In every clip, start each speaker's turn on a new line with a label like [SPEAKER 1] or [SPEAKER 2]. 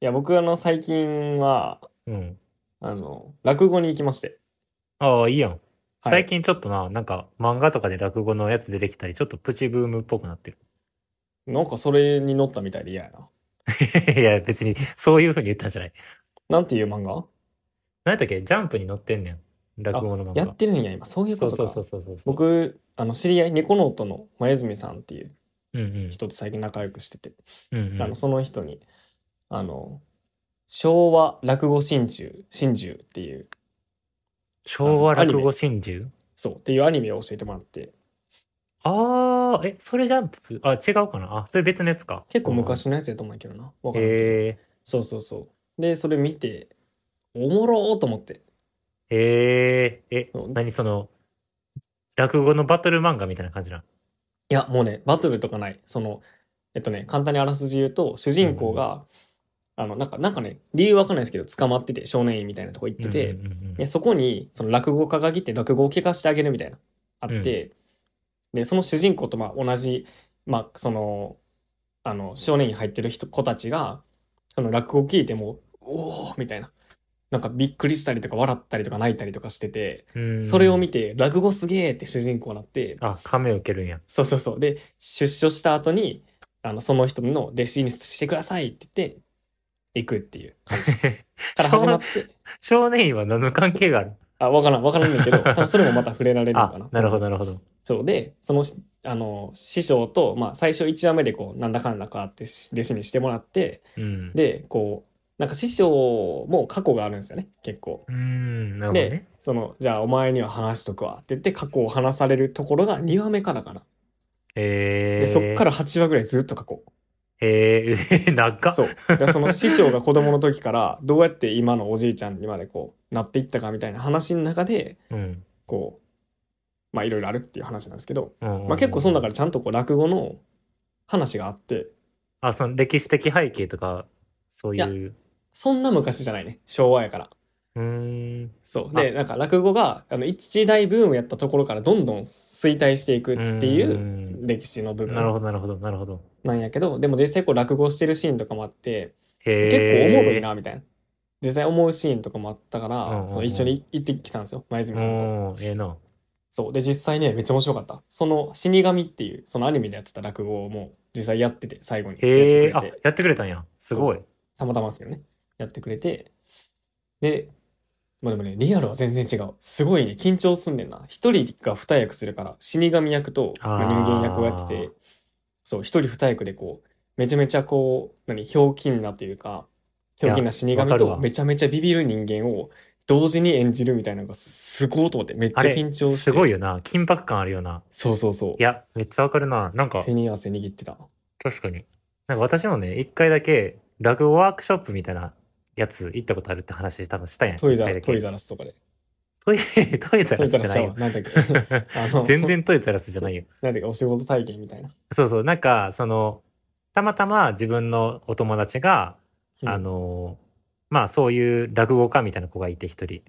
[SPEAKER 1] いや、僕あの、最近は、
[SPEAKER 2] うん。
[SPEAKER 1] あの、落語に行きまして。
[SPEAKER 2] ああ、いいやん。
[SPEAKER 1] い
[SPEAKER 2] 最近ちょっとな、なんか漫画とかで落語のやつ出てきたり、ちょっとプチブームっぽくなってる。
[SPEAKER 1] なんかそれに乗ったみたいで嫌やな。
[SPEAKER 2] いや、別に、そういうふうに言ったんじゃない。
[SPEAKER 1] なんていう漫画
[SPEAKER 2] 何やったっけジャンプに載ってんねん。落語の漫画。
[SPEAKER 1] やってるんや、今。そういう
[SPEAKER 2] そ
[SPEAKER 1] こ
[SPEAKER 2] う
[SPEAKER 1] と
[SPEAKER 2] そ
[SPEAKER 1] か。
[SPEAKER 2] うそうそうそう。、
[SPEAKER 1] 僕、あの、知り合い、猫ノートの前泉さんっていう
[SPEAKER 2] うんうん。
[SPEAKER 1] 人と最近仲良くしてて、
[SPEAKER 2] うん
[SPEAKER 1] あの、
[SPEAKER 2] うん、
[SPEAKER 1] その人に、あの、昭和落語真珠、真珠っていう、
[SPEAKER 2] 昭和
[SPEAKER 1] あのアニメ
[SPEAKER 2] 落語真珠
[SPEAKER 1] そう、っていうアニメを教えてもらって、
[SPEAKER 2] ああ、え、それジャンプあ、違うかなあ、それ別のやつか。
[SPEAKER 1] 結構昔のやつやと思うんやけどな。わ
[SPEAKER 2] う
[SPEAKER 1] か
[SPEAKER 2] ん。
[SPEAKER 1] らんけど
[SPEAKER 2] へ
[SPEAKER 1] そうそうそう。で、それ見て、おもろーと思って。
[SPEAKER 2] え、へえ、え
[SPEAKER 1] そう、
[SPEAKER 2] 何その、落語のバトル漫画みたいな感じな。
[SPEAKER 1] いや、もうね、バトルとかない。その、えっとね、簡単にあらすじ言うと、主人公が、あの、なんか、なんかね、理由わかんないですけど、捕まってて、少年院みたいなとこ行ってて、
[SPEAKER 2] うんうんうんうん
[SPEAKER 1] で、そこに、その落語家が来て、落語を聞かしてあげるみたいな、あって、で、その主人公と、まあ、同じ、まあ、その、あの、少年院入ってる人、子たちが、その落語聞いても、おーみたいな。なんかびっくりしたりとか笑ったりとか泣いたりとかしてて、
[SPEAKER 2] うん
[SPEAKER 1] それを見て、落語すげーって主人公になって、
[SPEAKER 2] あ、亀受けるんや。
[SPEAKER 1] そうそうそう。で、出所した後に、あの、その人の弟子にしてくださいって言って、行くっていう感じ から始まって、
[SPEAKER 2] 少年院は何の関係がある
[SPEAKER 1] あ、わからん、わからんねんけ ど、多分それもまた触れられるのか
[SPEAKER 2] あ
[SPEAKER 1] な。、
[SPEAKER 2] なるほど、なるほど。
[SPEAKER 1] そうで、そのし、あの、師匠と、まあ、最初1話目でこう、なんだかんだかあってし、弟子にしてもらって、
[SPEAKER 2] うん。
[SPEAKER 1] で、こう、なんか師匠も過去があるんですよね、結構。
[SPEAKER 2] うーん、なるほど
[SPEAKER 1] で、
[SPEAKER 2] ね。
[SPEAKER 1] その、じゃあお前には話しとくわって言って、過去を話されるところが2話目からかな。
[SPEAKER 2] え
[SPEAKER 1] で、
[SPEAKER 2] ー、
[SPEAKER 1] そっから8話ぐらいずっと過去。
[SPEAKER 2] えー、 長っ。
[SPEAKER 1] そう。だからその師匠が子供の時からどうやって今のおじいちゃんにまでこうなっていったかみたいな話の中で、
[SPEAKER 2] うん。
[SPEAKER 1] こう、まあいろいろあるっていう話なんですけど、
[SPEAKER 2] ま
[SPEAKER 1] まあ結構その中
[SPEAKER 2] で。
[SPEAKER 1] でちゃんとこう落語の話があって、
[SPEAKER 2] あ、その歴史的背景とか、そういう。
[SPEAKER 1] そんな昔じゃないね。昭和やから。
[SPEAKER 2] うーん。
[SPEAKER 1] そう。
[SPEAKER 2] あ
[SPEAKER 1] で、なんか落語があの一大ブームやったところからどんどん衰退していくっていう
[SPEAKER 2] う
[SPEAKER 1] 歴史の部
[SPEAKER 2] ーん。な
[SPEAKER 1] 分
[SPEAKER 2] るほど、なるほど、なるほど。
[SPEAKER 1] なんやけど、でも実際こう落語してるシーンとかもあって、
[SPEAKER 2] へえ。
[SPEAKER 1] 結構おもろいなみたいな実際思うシーンとかもあったか
[SPEAKER 2] うんうんう
[SPEAKER 1] ら
[SPEAKER 2] ん
[SPEAKER 1] その一緒に行ってきたんですよ前泉さんと
[SPEAKER 2] おーええな。
[SPEAKER 1] そうで実際ねめっちゃ面白かったその「死神」っていうそのアニメでやってた落語をもう実際やってて最後にやって
[SPEAKER 2] へえ、
[SPEAKER 1] くれ
[SPEAKER 2] あ
[SPEAKER 1] て、
[SPEAKER 2] やってくれたんや。すごい。
[SPEAKER 1] たまたまですけどねやってくれてでまあでもねリアルは全然違うすごいね緊張すんねんな一人が二役するから死神役とまあ
[SPEAKER 2] あー
[SPEAKER 1] 人間役をやっててそう一人二役でこうめちゃめちゃこう何ひょうきんなというかひょうきんな死
[SPEAKER 2] わか
[SPEAKER 1] 神
[SPEAKER 2] る
[SPEAKER 1] と
[SPEAKER 2] わ
[SPEAKER 1] めちゃめちゃビビる人間を同時に演じるみたいなのがすごいと思ってめっちゃ
[SPEAKER 2] あれ
[SPEAKER 1] 緊、張して
[SPEAKER 2] すごいよな。緊迫感あるよな。
[SPEAKER 1] そうそうそう
[SPEAKER 2] いや、めっちゃわかるな。なんか
[SPEAKER 1] 手、に汗握ってた
[SPEAKER 2] 確かに。なんか私もね、一回だけ、落語ワークショップみたいなやつ行ったことあるって話多分したんやん。
[SPEAKER 1] トイ
[SPEAKER 2] 一
[SPEAKER 1] ザ
[SPEAKER 2] 回だけ
[SPEAKER 1] トイザラスとかで
[SPEAKER 2] トイ ザ、トイザ
[SPEAKER 1] ト
[SPEAKER 2] ラ
[SPEAKER 1] イザ
[SPEAKER 2] スじゃ
[SPEAKER 1] ラス
[SPEAKER 2] な
[SPEAKER 1] ちゃ
[SPEAKER 2] いうよ
[SPEAKER 1] わ。なんだっ けあの
[SPEAKER 2] 全然トイザラスじゃないよ。
[SPEAKER 1] なんだっけお仕事体験みたいな、
[SPEAKER 2] そうそう。なんか、その、たまたま自分のお友達が、
[SPEAKER 1] うん
[SPEAKER 2] あの、まあそういう落語家みたいな子がいて一人。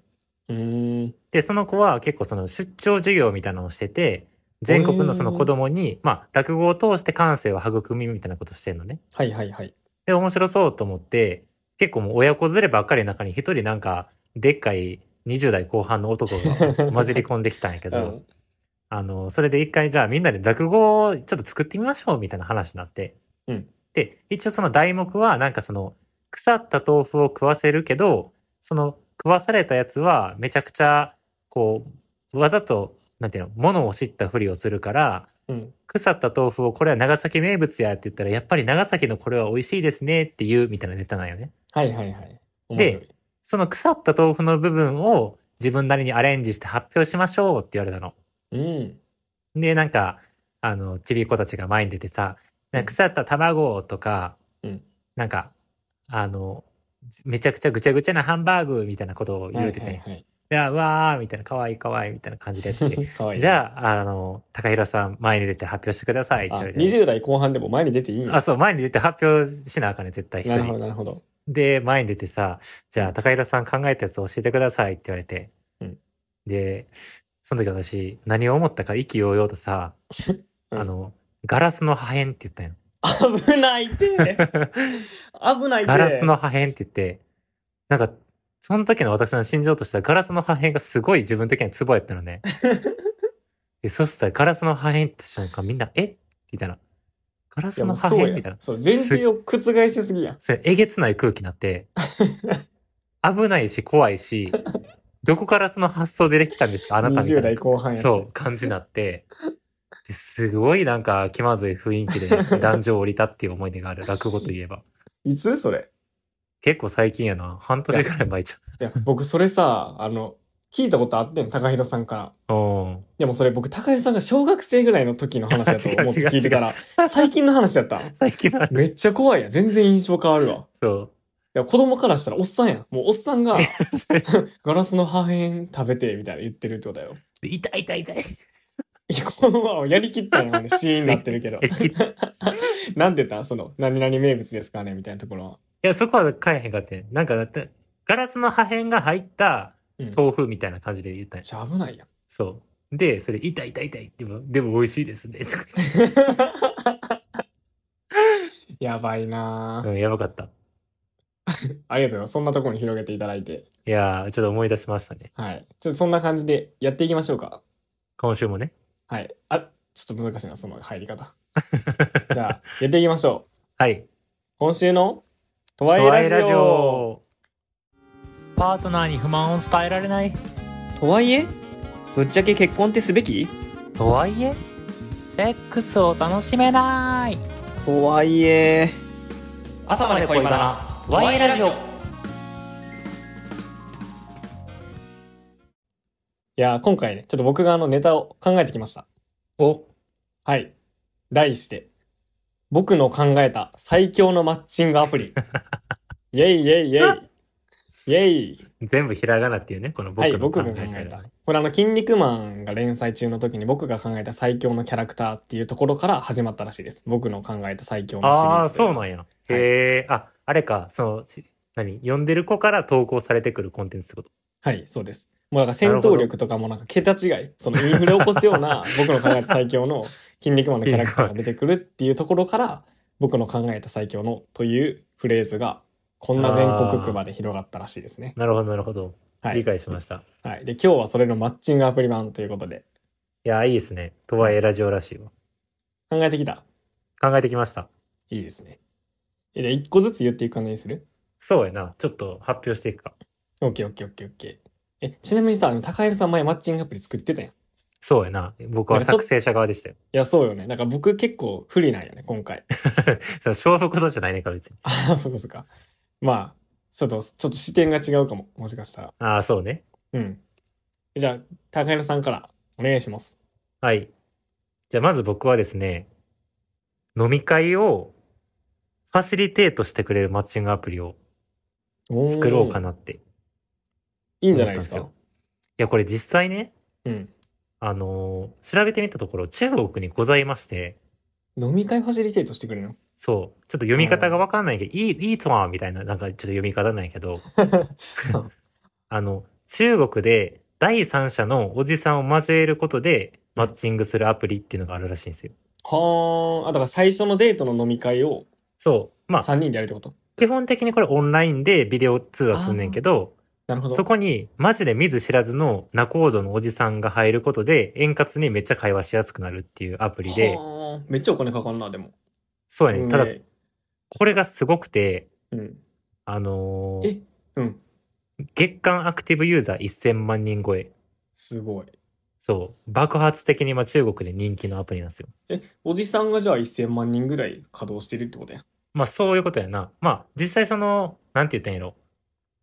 [SPEAKER 1] うーん
[SPEAKER 2] で、その子は結構その出張授業みたいなのをしてて、全国のその子供に、まあ落語を通して感性を育みみたいなことしてんのね。
[SPEAKER 1] はいはいはい
[SPEAKER 2] で、面白そうと思って、結構もう親子連ればっかりの中に一人なんか、でっかい20代後半の男 が混じり込んできたんやけど、
[SPEAKER 1] うん
[SPEAKER 2] あの、それで一回じゃあみんなで落語をちょっと作ってみましょうみたいな話になって。
[SPEAKER 1] うん
[SPEAKER 2] で、一応その題目はなんかその、腐った豆腐を食わせるけど、その食わされたやつはめちゃくちゃ、こう、わざと、なんていうの、物を知ったふりをするから、
[SPEAKER 1] うん
[SPEAKER 2] 腐った豆腐をこれは長崎名物やって言ったら、やっぱり長崎のこれは美味しいですねっていうみたいなネタなんよね。
[SPEAKER 1] はいはいはい。面
[SPEAKER 2] で
[SPEAKER 1] 白い。
[SPEAKER 2] その腐った豆腐の部分を自分なりにアレンジして発表しましょうって言われたの。
[SPEAKER 1] うん。
[SPEAKER 2] で、なんか、あの、ちびっ子たちが前に出てさ、なんか腐った卵とか、
[SPEAKER 1] うん
[SPEAKER 2] なんか、あの、めちゃくちゃぐちゃぐちゃなハンバーグみたいなことを言うてて、い
[SPEAKER 1] はい
[SPEAKER 2] や、うわーみたいな、かわいいかわいいみたいな感じでやっ て
[SPEAKER 1] はいは
[SPEAKER 2] て
[SPEAKER 1] い。かわいい。
[SPEAKER 2] じゃあ、あの、高平さん前に出て発表してくださいって
[SPEAKER 1] あ、
[SPEAKER 2] 言われて。
[SPEAKER 1] 20代後半でも前に出ていいんや
[SPEAKER 2] あ、そう、前に出て発表しなあかんね、絶対一
[SPEAKER 1] なるほど、
[SPEAKER 2] 人。
[SPEAKER 1] なるほど。
[SPEAKER 2] で、前に出てさ、じゃあ、高平さん考えたやつ教えてくださいって言われて。
[SPEAKER 1] うん
[SPEAKER 2] で、その時私、何を思ったか意気揚々とさ、
[SPEAKER 1] うん
[SPEAKER 2] あの、ガラスの破片って言ったんよ。
[SPEAKER 1] 危ないって。危 ないって。
[SPEAKER 2] ガラスの破片って言って、なんか、その時の私の心情としては、ガラスの破片がすごい自分的にはツボやった のね。でそしたら、ガラスの破片って瞬間、みんな、えって言ったら、ガラ
[SPEAKER 1] い
[SPEAKER 2] ス
[SPEAKER 1] やも
[SPEAKER 2] の
[SPEAKER 1] う
[SPEAKER 2] 破
[SPEAKER 1] そう
[SPEAKER 2] 片
[SPEAKER 1] や
[SPEAKER 2] みたいな。
[SPEAKER 1] そう、前提を覆しすぎやん。
[SPEAKER 2] それ、えげつない空気になって、危ないし怖いし、どこからその発想出てきたんですかあなたみたい
[SPEAKER 1] 20
[SPEAKER 2] な。
[SPEAKER 1] 代後半やし。
[SPEAKER 2] そう、感じになって、ですごいなんか気まずい雰囲気で壇上を降りたっていう思い出が ある、落語といえば。
[SPEAKER 1] いつそれ。
[SPEAKER 2] 結構最近やな、半年ぐらい前ちゃ
[SPEAKER 1] いや、僕それさ、あの、聞いたことあってん、高弘さんから。
[SPEAKER 2] う。うん。
[SPEAKER 1] でもそれ僕、高弘さんが小学生ぐらいの時の話だと思って
[SPEAKER 2] 違う違う違う
[SPEAKER 1] 聞いてたら、最近の話だった。
[SPEAKER 2] 最近は、
[SPEAKER 1] めっちゃ怖いやん。全然印象変わるわ。
[SPEAKER 2] そ
[SPEAKER 1] いや子供からしたらおっさんやん。もうおっさんがガラスの破片食べてみたいな言ってるってことだよ。
[SPEAKER 2] う。痛い痛い痛い。
[SPEAKER 1] いや、このままやりきったんやね。シーンになってるけど。
[SPEAKER 2] い
[SPEAKER 1] なんて言ったんその、何々名物ですかねみたいなところは。
[SPEAKER 2] や、そこは変えへんかってん。なんかだって、ガラスの破片が入った
[SPEAKER 1] うん。めっ
[SPEAKER 2] 豆腐みたいな感じで言ったんや
[SPEAKER 1] ちゃ危ないやん。
[SPEAKER 2] そう。で、それ、痛い痛い痛い。でも、でも美味しいですね。とか 言っ
[SPEAKER 1] やばいな
[SPEAKER 2] て。
[SPEAKER 1] ぁ、
[SPEAKER 2] うん、やばかった。い
[SPEAKER 1] ありがとうございます。そんなところに広げていただいて。
[SPEAKER 2] やー、ちょっと思い出しましたね。
[SPEAKER 1] はい。ちょっとそんな感じでやっていきましょうか。
[SPEAKER 2] 今週もね。
[SPEAKER 1] はい。あ、ちょっと難しいな、その入り方。じゃあ、やっていきましょう。
[SPEAKER 2] はい。
[SPEAKER 1] 今週のトワ
[SPEAKER 2] ト
[SPEAKER 1] イ
[SPEAKER 2] ワ
[SPEAKER 1] ラ
[SPEAKER 2] イ
[SPEAKER 1] ジ
[SPEAKER 2] ラジ
[SPEAKER 1] オ。
[SPEAKER 2] オ。パートナーに不満を伝えられない。
[SPEAKER 1] とはいえ、ぶっちゃけ結婚ってすべき
[SPEAKER 2] とはいえ、セックスを楽しめない。
[SPEAKER 1] とはいえ。
[SPEAKER 2] 朝まで恋バナ、トワイラジオ。
[SPEAKER 1] いやー、今回ね、ちょっと僕があのネタを考えてきました。
[SPEAKER 2] お、
[SPEAKER 1] はい。題して、僕の考えた最強のマッチングアプリ。イェイイェイイェイ。イェイ。
[SPEAKER 2] 全部ひらがなっていうね、この僕
[SPEAKER 1] はい、
[SPEAKER 2] の
[SPEAKER 1] 僕
[SPEAKER 2] 考
[SPEAKER 1] が考
[SPEAKER 2] え
[SPEAKER 1] え
[SPEAKER 2] た
[SPEAKER 1] た。これあの、筋肉マンが連載中の時に僕が考えた最強のキャラクターっていうところから始まったらしいです。僕の考えた最強のシリーズ。
[SPEAKER 2] ああ、そう
[SPEAKER 1] の
[SPEAKER 2] なんや。へえ、あ、あれか、その、し何読んでる子から投稿されてくるコンテンツってこと
[SPEAKER 1] はい、そうです。もうなんか戦闘力とかもなんか桁違い、そのインフレを起こすような僕の考えた最強の筋肉マンのキャラクターが出てくるっていうところから、僕の考えた最強のというフレーズが、こんな全国区まで広がったらしいですね。
[SPEAKER 2] なるほど、なるほど。
[SPEAKER 1] は
[SPEAKER 2] 理
[SPEAKER 1] い。
[SPEAKER 2] 解しました。い
[SPEAKER 1] はい。で、今日はそれのマッチングアプリ版ということで、
[SPEAKER 2] や、いいですね。とはいえラジオらしいわ。
[SPEAKER 1] 考えてきた。
[SPEAKER 2] 考えてきました。
[SPEAKER 1] いいですね。えじゃあ、一個ずつ言っていく感じにする
[SPEAKER 2] そうやな。ちょっと発表していくか。
[SPEAKER 1] オッケーオッケーオッケーオッケー。え、ちなみにさ、あの高弘さん前マッチングアプリ作ってたやん。い
[SPEAKER 2] そうやな。僕は
[SPEAKER 1] なんかちょっ
[SPEAKER 2] 作成者側でしたよ。
[SPEAKER 1] や、そうよね。だから僕結構不利なんよね、今回。
[SPEAKER 2] それ勝負ことじゃないねんか、別に。
[SPEAKER 1] ああ、そこそこ。まあ、ちょっと、ちょっと視点が違うかも。もしかしたら。
[SPEAKER 2] ああ、そうね。
[SPEAKER 1] うん。じゃあ、高弘さんからお願いします。
[SPEAKER 2] はい。じゃあ、まず僕はですね、飲み会をファシリテートしてくれるマッチングアプリを作ろうか
[SPEAKER 1] な。
[SPEAKER 2] なって。
[SPEAKER 1] いいんじゃないです
[SPEAKER 2] 思
[SPEAKER 1] か
[SPEAKER 2] っ。いや、これ実際ね、
[SPEAKER 1] うん。
[SPEAKER 2] あのー調べてみたところ、中国にございまして、
[SPEAKER 1] 飲み会ファシリテートしてくれるの
[SPEAKER 2] そう、ちょっと読み方がわかんないけど、いい、いいつまみたいな、なんかちょっと読み方なんや けど、あの、中国で第三者のおじさんを交えることで、マッチングするアプリっていうのがあるらしいんですよ。
[SPEAKER 1] はあ、あ、だから最初のデートの飲み会を
[SPEAKER 2] そう。まあ、
[SPEAKER 1] 3人でやるってこと、
[SPEAKER 2] 基本的にこれオンラインでビデオ通話すんねんけど、
[SPEAKER 1] なるほど。
[SPEAKER 2] そこにマジで見ず知らずの仲人のおじさんが入ることで、円滑にめっちゃ会話しやすくなるっていうアプリで、
[SPEAKER 1] はあめっちゃお金かかんな、でも。
[SPEAKER 2] そうやねん。ただ
[SPEAKER 1] 運、営
[SPEAKER 2] これがすごくて、
[SPEAKER 1] うん。
[SPEAKER 2] あのー
[SPEAKER 1] えうん。
[SPEAKER 2] 月間アクティブユーザー1000万人超え。
[SPEAKER 1] すごい。
[SPEAKER 2] そう。爆発的に今中国で人気のアプリなんですよ。
[SPEAKER 1] おじさんがじゃあ1000万人ぐらい稼働してるってことや。
[SPEAKER 2] まあそういうことやな。まあ実際その、なんて言ったんやろ。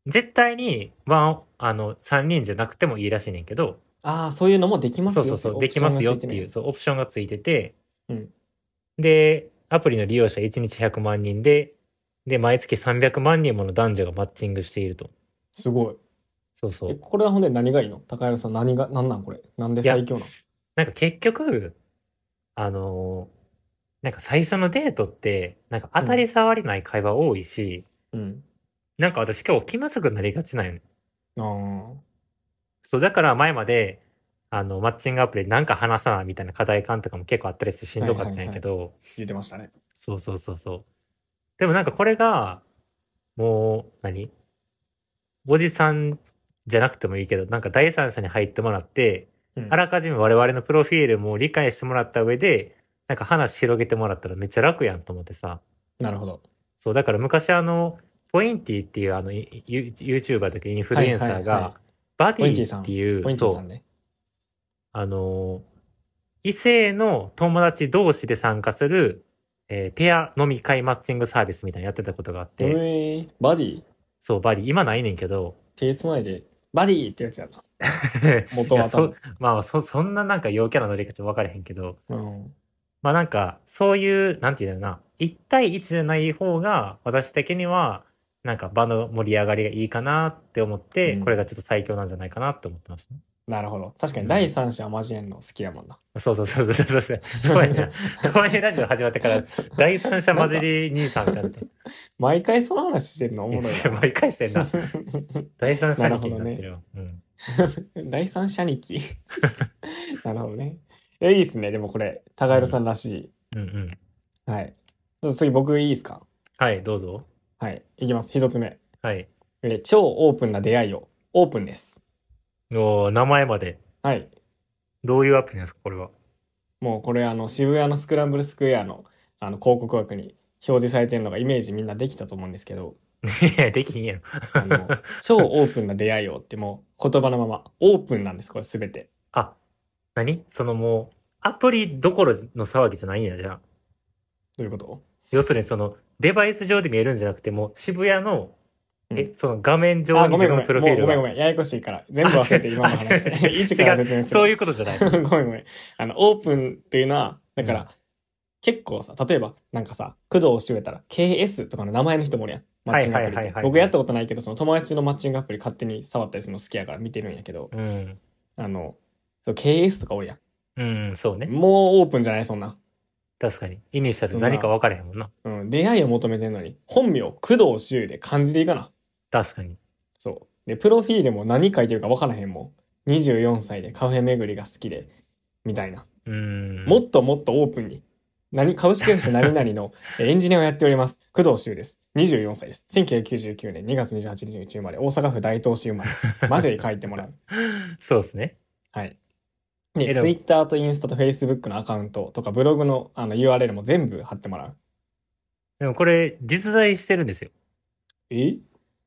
[SPEAKER 2] 絶対にワン、あの、3人じゃなくてもいいらしいねんけど、
[SPEAKER 1] ああ、そういうのもできますよ
[SPEAKER 2] そう
[SPEAKER 1] って
[SPEAKER 2] そうそう、できますよっていう、そう、オプションがついてて、
[SPEAKER 1] うん
[SPEAKER 2] で、アプリの利用者1日100万人で、で、毎月300万人もの男女がマッチングしていると。
[SPEAKER 1] すごい。
[SPEAKER 2] そうそ
[SPEAKER 1] え
[SPEAKER 2] う。
[SPEAKER 1] これはほんで何がいいの高原さん何が何なんこれなんで最強なの
[SPEAKER 2] なんか結局、あのーなんか最初のデートって、なんか当たり障りない会話多いし、
[SPEAKER 1] うん
[SPEAKER 2] なんか私今日気まずくなりがちなんよね。
[SPEAKER 1] あ
[SPEAKER 2] そう、だから前まで、あの、マッチングアプリでなんか話さないみたいな課題感とかも結構あったりしてしんどかったんやけど、
[SPEAKER 1] ー言ってましたね
[SPEAKER 2] そうそうそうそう。でもなんかこれが、もう、何おじさんじゃなくてもいいけど、なんか第三者に入ってもらって、
[SPEAKER 1] うん
[SPEAKER 2] あらかじめ我々のプロフィールも理解してもらった上で、なんか話広げてもらったらめっちゃ楽やんと思ってさ。
[SPEAKER 1] なるほど。
[SPEAKER 2] そう、だから昔あの、ポインティっていうあの、いユー YouTuber だけどインフルエンサ
[SPEAKER 1] はい
[SPEAKER 2] ー
[SPEAKER 1] はいはい
[SPEAKER 2] が、バデ
[SPEAKER 1] ポインティさ
[SPEAKER 2] ィ
[SPEAKER 1] ん
[SPEAKER 2] ってい
[SPEAKER 1] ポイ
[SPEAKER 2] う、
[SPEAKER 1] ント
[SPEAKER 2] そ
[SPEAKER 1] さ、
[SPEAKER 2] うん
[SPEAKER 1] ね。
[SPEAKER 2] あのー、異性の友達同士で参加する、えーペア飲み会マッチングサービスみたいなのやってたことがあって、
[SPEAKER 1] えー、バディ、
[SPEAKER 2] そう、バディ、今ないねんけど、
[SPEAKER 1] 手つないで、バディってやつやな。元
[SPEAKER 2] いや
[SPEAKER 1] は多
[SPEAKER 2] そ
[SPEAKER 1] 分。
[SPEAKER 2] まあそ、そんななんか陽キャラの理解ちょっと分からへんけど、
[SPEAKER 1] うん。
[SPEAKER 2] まあなんか、そういう、なんていうのかな、1対1じゃない方が、私的には、なんか場の盛り上がりがいいかなって思って、
[SPEAKER 1] うん
[SPEAKER 2] これがちょっと最強なんじゃないかなって思ってましたね。
[SPEAKER 1] なるほど。確か
[SPEAKER 2] うん
[SPEAKER 1] に第三者は交えんの好きやもんな。
[SPEAKER 2] そうそうそうそうそうそう。そうやな。こういうラジオ始まってから、第三者混じり兄さんみたいな。
[SPEAKER 1] 毎回その話してるのおもろいな
[SPEAKER 2] 毎回してん な。第三者気になってるよ。
[SPEAKER 1] 第三者日記 なるほどね。え、いいっすね。でもこれ、高弘さんらし
[SPEAKER 2] うん。うんうん。
[SPEAKER 1] い。はい。ちょっと次僕いいですか
[SPEAKER 2] はい、どうぞ。
[SPEAKER 1] はい。いきます。一つ目。
[SPEAKER 2] はい。
[SPEAKER 1] えー超オープンな出会いを。オープンです。
[SPEAKER 2] おー名前まで。
[SPEAKER 1] はい。
[SPEAKER 2] どういうアプリなんですか、これは。
[SPEAKER 1] もうこれあの渋谷のスクランブルスクエアのあの広告枠に表示されてるのがイメージみんなできたと思うんですけど、
[SPEAKER 2] いやできひんやろ。
[SPEAKER 1] あ の超オープンな出会いをってもう言葉のままオープンなんです、これすべて。
[SPEAKER 2] あ、何そのもう、アプリどころの騒ぎじゃないんや、じゃあ。
[SPEAKER 1] どういうこと
[SPEAKER 2] 要するにその、デバイス上で見えるんじゃなくて、もう渋谷の、
[SPEAKER 1] うん
[SPEAKER 2] え、その画面上
[SPEAKER 1] あ、
[SPEAKER 2] に
[SPEAKER 1] ごめ
[SPEAKER 2] 自
[SPEAKER 1] んごめ
[SPEAKER 2] 分の
[SPEAKER 1] ん。
[SPEAKER 2] プロフィー
[SPEAKER 1] もう
[SPEAKER 2] ル
[SPEAKER 1] ごめん
[SPEAKER 2] が
[SPEAKER 1] ごめん。ややこしいから。全部忘れて
[SPEAKER 2] あ
[SPEAKER 1] 今の
[SPEAKER 2] 違う違 う
[SPEAKER 1] 話。一から説明する。
[SPEAKER 2] そういうことじゃない。
[SPEAKER 1] ごめんごめん。あの、オープンっていうのは、だから、
[SPEAKER 2] うん
[SPEAKER 1] 結構さ、例えば、なんかさ、工藤をしてたら、KS とかの名前の人もおるやん。マッチングアプリ
[SPEAKER 2] はいはい
[SPEAKER 1] で
[SPEAKER 2] はいはい。
[SPEAKER 1] 僕やったことないけど、その友達のマッチングアプリ勝手に触ったりするの好きやから見てるんやけど、
[SPEAKER 2] うん。
[SPEAKER 1] あの、そう KS とかおるや。
[SPEAKER 2] うん、そうんね。
[SPEAKER 1] もうオープンじゃない、そんな。
[SPEAKER 2] 確かに。イニシャル何か分からへんもんな。
[SPEAKER 1] うん、出会いを求めてんのに、本名、工藤修で漢字でいいかな。
[SPEAKER 2] 確かに。
[SPEAKER 1] そう。で、プロフィールも何書いてるか分からへんもん。24歳でカフェ巡りが好きで、みたいな。
[SPEAKER 2] うん。
[SPEAKER 1] もっともっとオープンに。何、株式会社何々のえエンジニアをやっております。工藤修です。24歳です。1999年2月28日に生まれ、大阪府大東市生まれです。までに書いてもら う。
[SPEAKER 2] そうですね。
[SPEAKER 1] はい。
[SPEAKER 2] え
[SPEAKER 1] で、
[SPEAKER 2] でも
[SPEAKER 1] ツイッターとインスタとフェイスブックのアカウントとかブログのあの URL も全部貼ってもらう。
[SPEAKER 2] でもこれ、実在してるんですよ。
[SPEAKER 1] え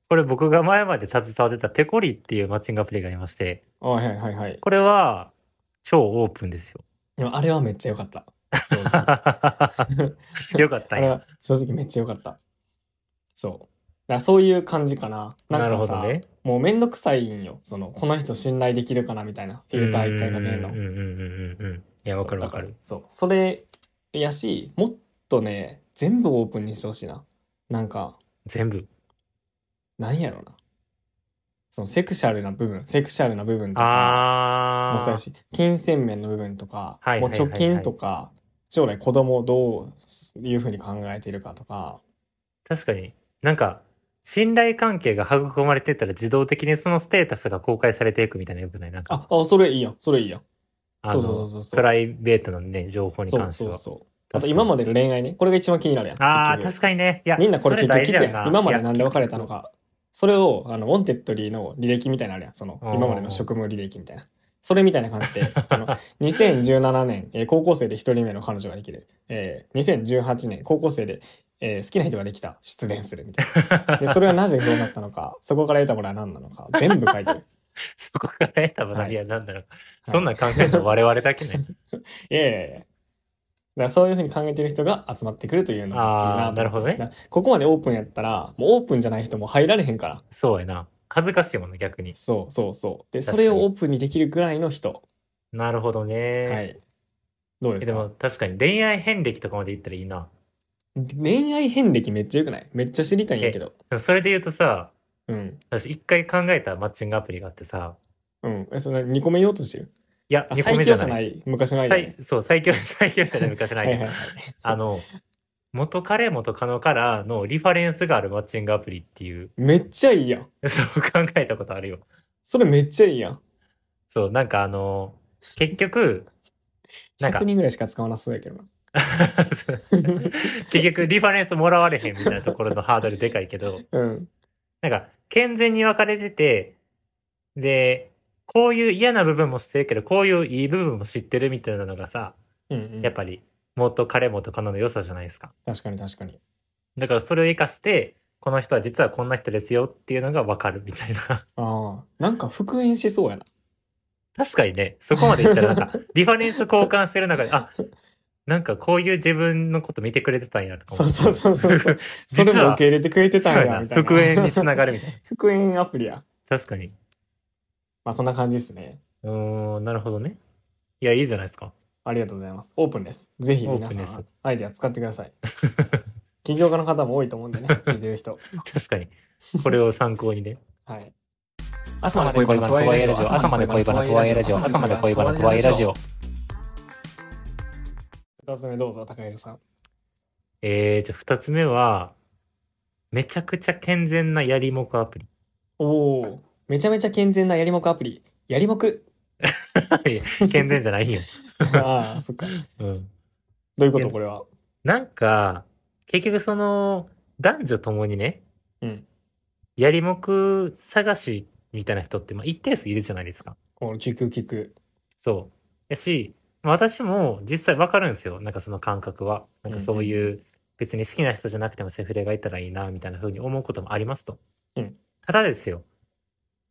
[SPEAKER 2] これ僕が前まで携わってたペコリっていうマッチングアプリがありまして、
[SPEAKER 1] あ、はいはいはい。
[SPEAKER 2] これは超オープンです よ。
[SPEAKER 1] でもあれはめっちゃ良かった。正直
[SPEAKER 2] よかった
[SPEAKER 1] あれ
[SPEAKER 2] よ。
[SPEAKER 1] は正直めっちゃ良かった。そう。だからそういう感じかな。な
[SPEAKER 2] なんる
[SPEAKER 1] か
[SPEAKER 2] ほ
[SPEAKER 1] さ、
[SPEAKER 2] どね。
[SPEAKER 1] もうめんどくさいんよ。その、この人信頼できるかなみたいな、フィルター一回かけるの
[SPEAKER 2] うん。うんうんうんうんうん。いや、わかるわかる。
[SPEAKER 1] そう。それやし、もっとね、全部オープンにしてほしいな。なんか、
[SPEAKER 2] 全部。
[SPEAKER 1] なんやろな。そのセクシャルな部分、セクシャルな部分とか、
[SPEAKER 2] あ
[SPEAKER 1] もそうや
[SPEAKER 2] ー。
[SPEAKER 1] し、金銭面の部分とか、
[SPEAKER 2] はい
[SPEAKER 1] もう
[SPEAKER 2] はいはい
[SPEAKER 1] 貯金とか、将来子供をどういうふうに考えているかとか、
[SPEAKER 2] 確かに。なんか、信頼関係が育まれてたら自動的にそのステータスが公開されていくみたいなよくないなんか、
[SPEAKER 1] あ、あ、それいいよ、それいいよ。
[SPEAKER 2] あ
[SPEAKER 1] そうそう
[SPEAKER 2] の、
[SPEAKER 1] そうそう。
[SPEAKER 2] プライベートのね、情報に
[SPEAKER 1] そう
[SPEAKER 2] 関して
[SPEAKER 1] そう
[SPEAKER 2] は。
[SPEAKER 1] そう。あと今までの恋愛ね、これが一番気になるやん。
[SPEAKER 2] ああ、
[SPEAKER 1] 結局
[SPEAKER 2] 確かにね。い や、
[SPEAKER 1] みんなこれ
[SPEAKER 2] そ
[SPEAKER 1] 結局
[SPEAKER 2] 大
[SPEAKER 1] 聞
[SPEAKER 2] 事
[SPEAKER 1] く
[SPEAKER 2] だ
[SPEAKER 1] や。
[SPEAKER 2] よなん
[SPEAKER 1] 今まで
[SPEAKER 2] いや
[SPEAKER 1] なんで別れたのか。それを、あの、ウォンテッドリーの履歴みたいなのあるやん。その、
[SPEAKER 2] うん
[SPEAKER 1] 今までの職務履歴みたいな。それみたいな感じ で、あの、2017年、えー高校生で1人目の彼女ができる。えー2018年、高校生で、えー好きな人ができた。失恋するみたいな。で、それはなぜどうなったの か、そこから得たものは何なのか、全部書いてる。
[SPEAKER 2] そこから得た学びは何だろう。
[SPEAKER 1] い
[SPEAKER 2] そんなん考えたら我々だ けね。
[SPEAKER 1] いやいやいや。だからそういうふうに考えてる人が集まってくるというのがいいなと思
[SPEAKER 2] あー
[SPEAKER 1] って
[SPEAKER 2] なるほどね
[SPEAKER 1] だからここまでオープンやったら、もうオープンじゃない人も入られへんから。
[SPEAKER 2] そうやな。恥ずかしいもんね、逆に。
[SPEAKER 1] そうそうそう。で、
[SPEAKER 2] 確
[SPEAKER 1] そ
[SPEAKER 2] かに
[SPEAKER 1] れをオープンにできるぐらいの人。
[SPEAKER 2] なるほどね。
[SPEAKER 1] はい。どうで
[SPEAKER 2] え
[SPEAKER 1] す
[SPEAKER 2] で
[SPEAKER 1] か
[SPEAKER 2] も確かに恋愛遍歴とかまで言ったらいいな。
[SPEAKER 1] 恋愛遍歴めっちゃ良くないめっちゃ知りたいんやけど。
[SPEAKER 2] でもそれで言うとさ、
[SPEAKER 1] うん。
[SPEAKER 2] 私一回考えたマッチングアプリがあってさ、
[SPEAKER 1] うん。え、それ2個目言おうとしてる
[SPEAKER 2] いや、
[SPEAKER 1] あ、
[SPEAKER 2] 二個
[SPEAKER 1] 最
[SPEAKER 2] 目じ
[SPEAKER 1] 強
[SPEAKER 2] ゃ
[SPEAKER 1] じゃ
[SPEAKER 2] な。
[SPEAKER 1] ないい。昔の間
[SPEAKER 2] 最
[SPEAKER 1] ね。
[SPEAKER 2] そう、最強、最強者で昔な
[SPEAKER 1] はいいは
[SPEAKER 2] け
[SPEAKER 1] いは
[SPEAKER 2] ど
[SPEAKER 1] い。
[SPEAKER 2] あの、元彼元カノからのリファレンスがあるマッチングアプリっていう、
[SPEAKER 1] めっちゃいいやん。
[SPEAKER 2] そう考えたことあるよ。
[SPEAKER 1] それめっちゃいいやん。
[SPEAKER 2] そう、なんかあの、結局、なんか
[SPEAKER 1] 100人ぐらいしか使わなそうやけどな。
[SPEAKER 2] 結局リファレンスもらわれへんみたいなところのハードルでかいけど、
[SPEAKER 1] うん。
[SPEAKER 2] なんか健全に分かれてて、で、こういう嫌な部分も知ってるけど、こういういい部分も知ってるみたいなのがさ、
[SPEAKER 1] うん、うん。
[SPEAKER 2] やっぱり元彼元彼の良さじゃないですか。
[SPEAKER 1] 確かに確かに。
[SPEAKER 2] だからそれを活かして、この人は実はこんな人ですよっていうのが分かるみたいな。
[SPEAKER 1] ああ、なんか復縁しそうやな。
[SPEAKER 2] 確かにね、そこまでいった らなんか、リファレンス交換してる中で、あ、なんかこういう自分のこと見てくれてたんやとか思って
[SPEAKER 1] そうそうそうそうそれ
[SPEAKER 2] 実
[SPEAKER 1] も
[SPEAKER 2] は
[SPEAKER 1] 受け入れてくれてた
[SPEAKER 2] そうんや
[SPEAKER 1] や、み
[SPEAKER 2] な
[SPEAKER 1] たいな。
[SPEAKER 2] 復縁につながるみたいな。
[SPEAKER 1] 復縁アプリや。
[SPEAKER 2] 確かに。
[SPEAKER 1] まあそんな感じですね。
[SPEAKER 2] うーん、なるほどね。いや、いいじゃないですか。
[SPEAKER 1] ありがとうございます。オープンです。ぜひ皆さ
[SPEAKER 2] オープン
[SPEAKER 1] ん
[SPEAKER 2] で、
[SPEAKER 1] アイデア使ってください。 起業家の方も多いと思うん でね、聞いてる人。
[SPEAKER 2] 確かに。これを参考にね。
[SPEAKER 1] はい。
[SPEAKER 3] 朝まで恋バナとワイエラジオ朝まで恋バナとワイエラジオ朝まで恋バナとワイエラジオ
[SPEAKER 1] 二つ目どうぞ、高弘さん。
[SPEAKER 2] えー、じゃあ二つ目は、めちゃくちゃ健全なやりもくアプリ。
[SPEAKER 1] おお、めちゃめちゃ健全なやりもくアプリ。やりもく
[SPEAKER 2] 健全じゃないよ。
[SPEAKER 1] ああ、そっか。
[SPEAKER 2] うん。
[SPEAKER 1] どういうことこれは。
[SPEAKER 2] なんか、結局その、男女ともにね、
[SPEAKER 1] うん。
[SPEAKER 2] やりもく探しみたいな人って、まあ、一定数いるじゃないですか。
[SPEAKER 1] お聞く聞く。
[SPEAKER 2] そう。やし、まあ私も実際わかるんですよ。なんかその感覚は。なんかそういう、別に好きな人じゃなくてもセフレがいたらいいな、みたいな風に思うこともありますと。
[SPEAKER 1] うん
[SPEAKER 2] ただですよ。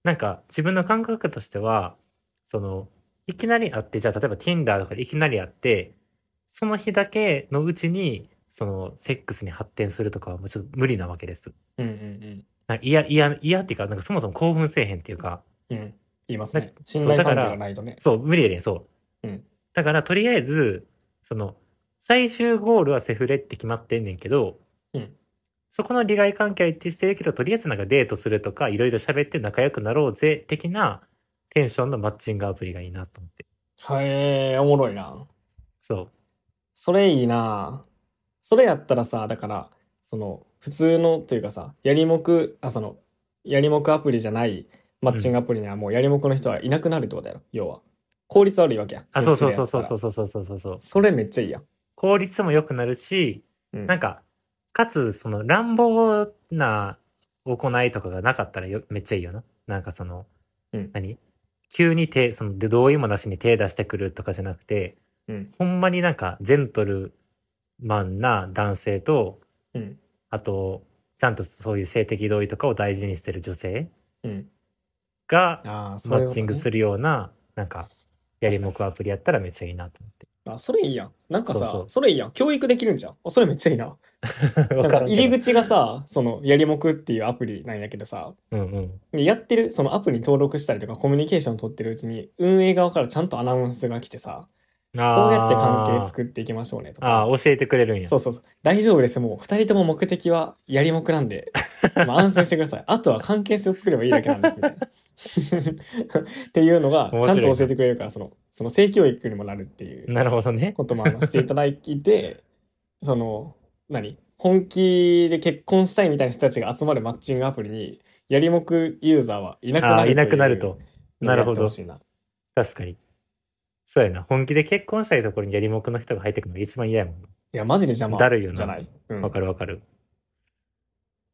[SPEAKER 2] なんか自分の感覚としては、その、いきなり会って、じゃあ例えば Tinder とかでいきなり会って、その日だけのうちに、その、セックスに発展するとかはもうちょっと無理なわけです。
[SPEAKER 1] うんうん
[SPEAKER 2] なんか嫌、嫌、嫌っていうか、なんかそもそも興奮せえへんっていうか、
[SPEAKER 1] うん。うん。言いますね
[SPEAKER 2] だ。
[SPEAKER 1] 信頼関係
[SPEAKER 2] そうだから
[SPEAKER 1] がないとね。
[SPEAKER 2] そう、無理やねん、そう。
[SPEAKER 1] うん
[SPEAKER 2] だから、とりあえず、その、最終ゴールはセフレって決まってんねんけど、
[SPEAKER 1] うん
[SPEAKER 2] そこの利害関係は一致してるけど、とりあえずなんかデートするとか、いろいろ喋って仲良くなろうぜ、的なテンションのマッチングアプリがいいなと思って。
[SPEAKER 1] へえ、おもろいな。
[SPEAKER 2] そう。
[SPEAKER 1] それいいな。それやったらさ、だから、その、普通のというかさ、やりもく、あ、その、やりもくアプリじゃないマッチングアプリにはもうやりもくの人はいなくなるってことやろ、要は。効率悪いわけや。
[SPEAKER 2] あ、そうそうそうそう
[SPEAKER 1] っちでやったら
[SPEAKER 2] そうそうそうそうそう。
[SPEAKER 1] それめっちゃいいやん。
[SPEAKER 2] 効率も良くなるし、
[SPEAKER 1] うん
[SPEAKER 2] なんか、かつ、その、乱暴な行いとかがなかったらよめっちゃいいよな。なんかその、
[SPEAKER 1] うん
[SPEAKER 2] 何急に手、その、で同意もなしに手出してくるとかじゃなくて、
[SPEAKER 1] うん
[SPEAKER 2] ほんまになんか、ジェントルマンな男性と、
[SPEAKER 1] うん。
[SPEAKER 2] あと、ちゃんとそういう性的同意とかを大事にしてる女性
[SPEAKER 1] うん。
[SPEAKER 2] が、
[SPEAKER 1] ああ、そ
[SPEAKER 2] マ
[SPEAKER 1] ういう
[SPEAKER 2] ッ
[SPEAKER 1] ことね
[SPEAKER 2] チングするような、なんか、やりもくアプリやったらめっちゃいいなと思って。
[SPEAKER 1] あ、それいいやん。なんかさ、
[SPEAKER 2] そう
[SPEAKER 1] そ
[SPEAKER 2] そう
[SPEAKER 1] れいいやん。教育できるんじゃん。あそれめっちゃいいな。 なんか入り
[SPEAKER 2] 口。
[SPEAKER 1] 口がさ、その、やりもくっていうアプリなんやけどさ、
[SPEAKER 2] うんうん。
[SPEAKER 1] でやってる、そのアプリに登録したりとかコミュニケーション取ってるうちに、運営側からちゃんとアナウンスが来てさ、こうやって関係
[SPEAKER 2] く
[SPEAKER 1] 作っていきましょうねとか。
[SPEAKER 2] ああ、教えてくれるんや。
[SPEAKER 1] そうそうそう。大丈夫です。もう二人とも目的はやりもくなん で、まあ安心してください。あとは関係性を作ればいいだけなん です、みたいな。っていうのが、
[SPEAKER 2] 面
[SPEAKER 1] ちゃ
[SPEAKER 2] 白い
[SPEAKER 1] ん
[SPEAKER 2] な
[SPEAKER 1] と教えてくれるから、その、その性教育にもなるっていう。
[SPEAKER 2] なるほどね。
[SPEAKER 1] こともあのしていただい てその何本気で結婚したいみたいな人たちが集まるマッチングアプリにやりもくユーザーはいなく
[SPEAKER 2] あ
[SPEAKER 1] な
[SPEAKER 2] あ、
[SPEAKER 1] る
[SPEAKER 2] いなくなると。
[SPEAKER 1] というのを
[SPEAKER 2] なる
[SPEAKER 1] や
[SPEAKER 2] ほ
[SPEAKER 1] って
[SPEAKER 2] ど
[SPEAKER 1] ほ。しいな
[SPEAKER 2] 確かに。そうやな。本気で結婚したいところにやりもくの人が入ってくるのが一番嫌やもん。
[SPEAKER 1] いやマジで邪魔
[SPEAKER 2] だるいよな
[SPEAKER 1] じゃない、うん
[SPEAKER 2] わかるわかる。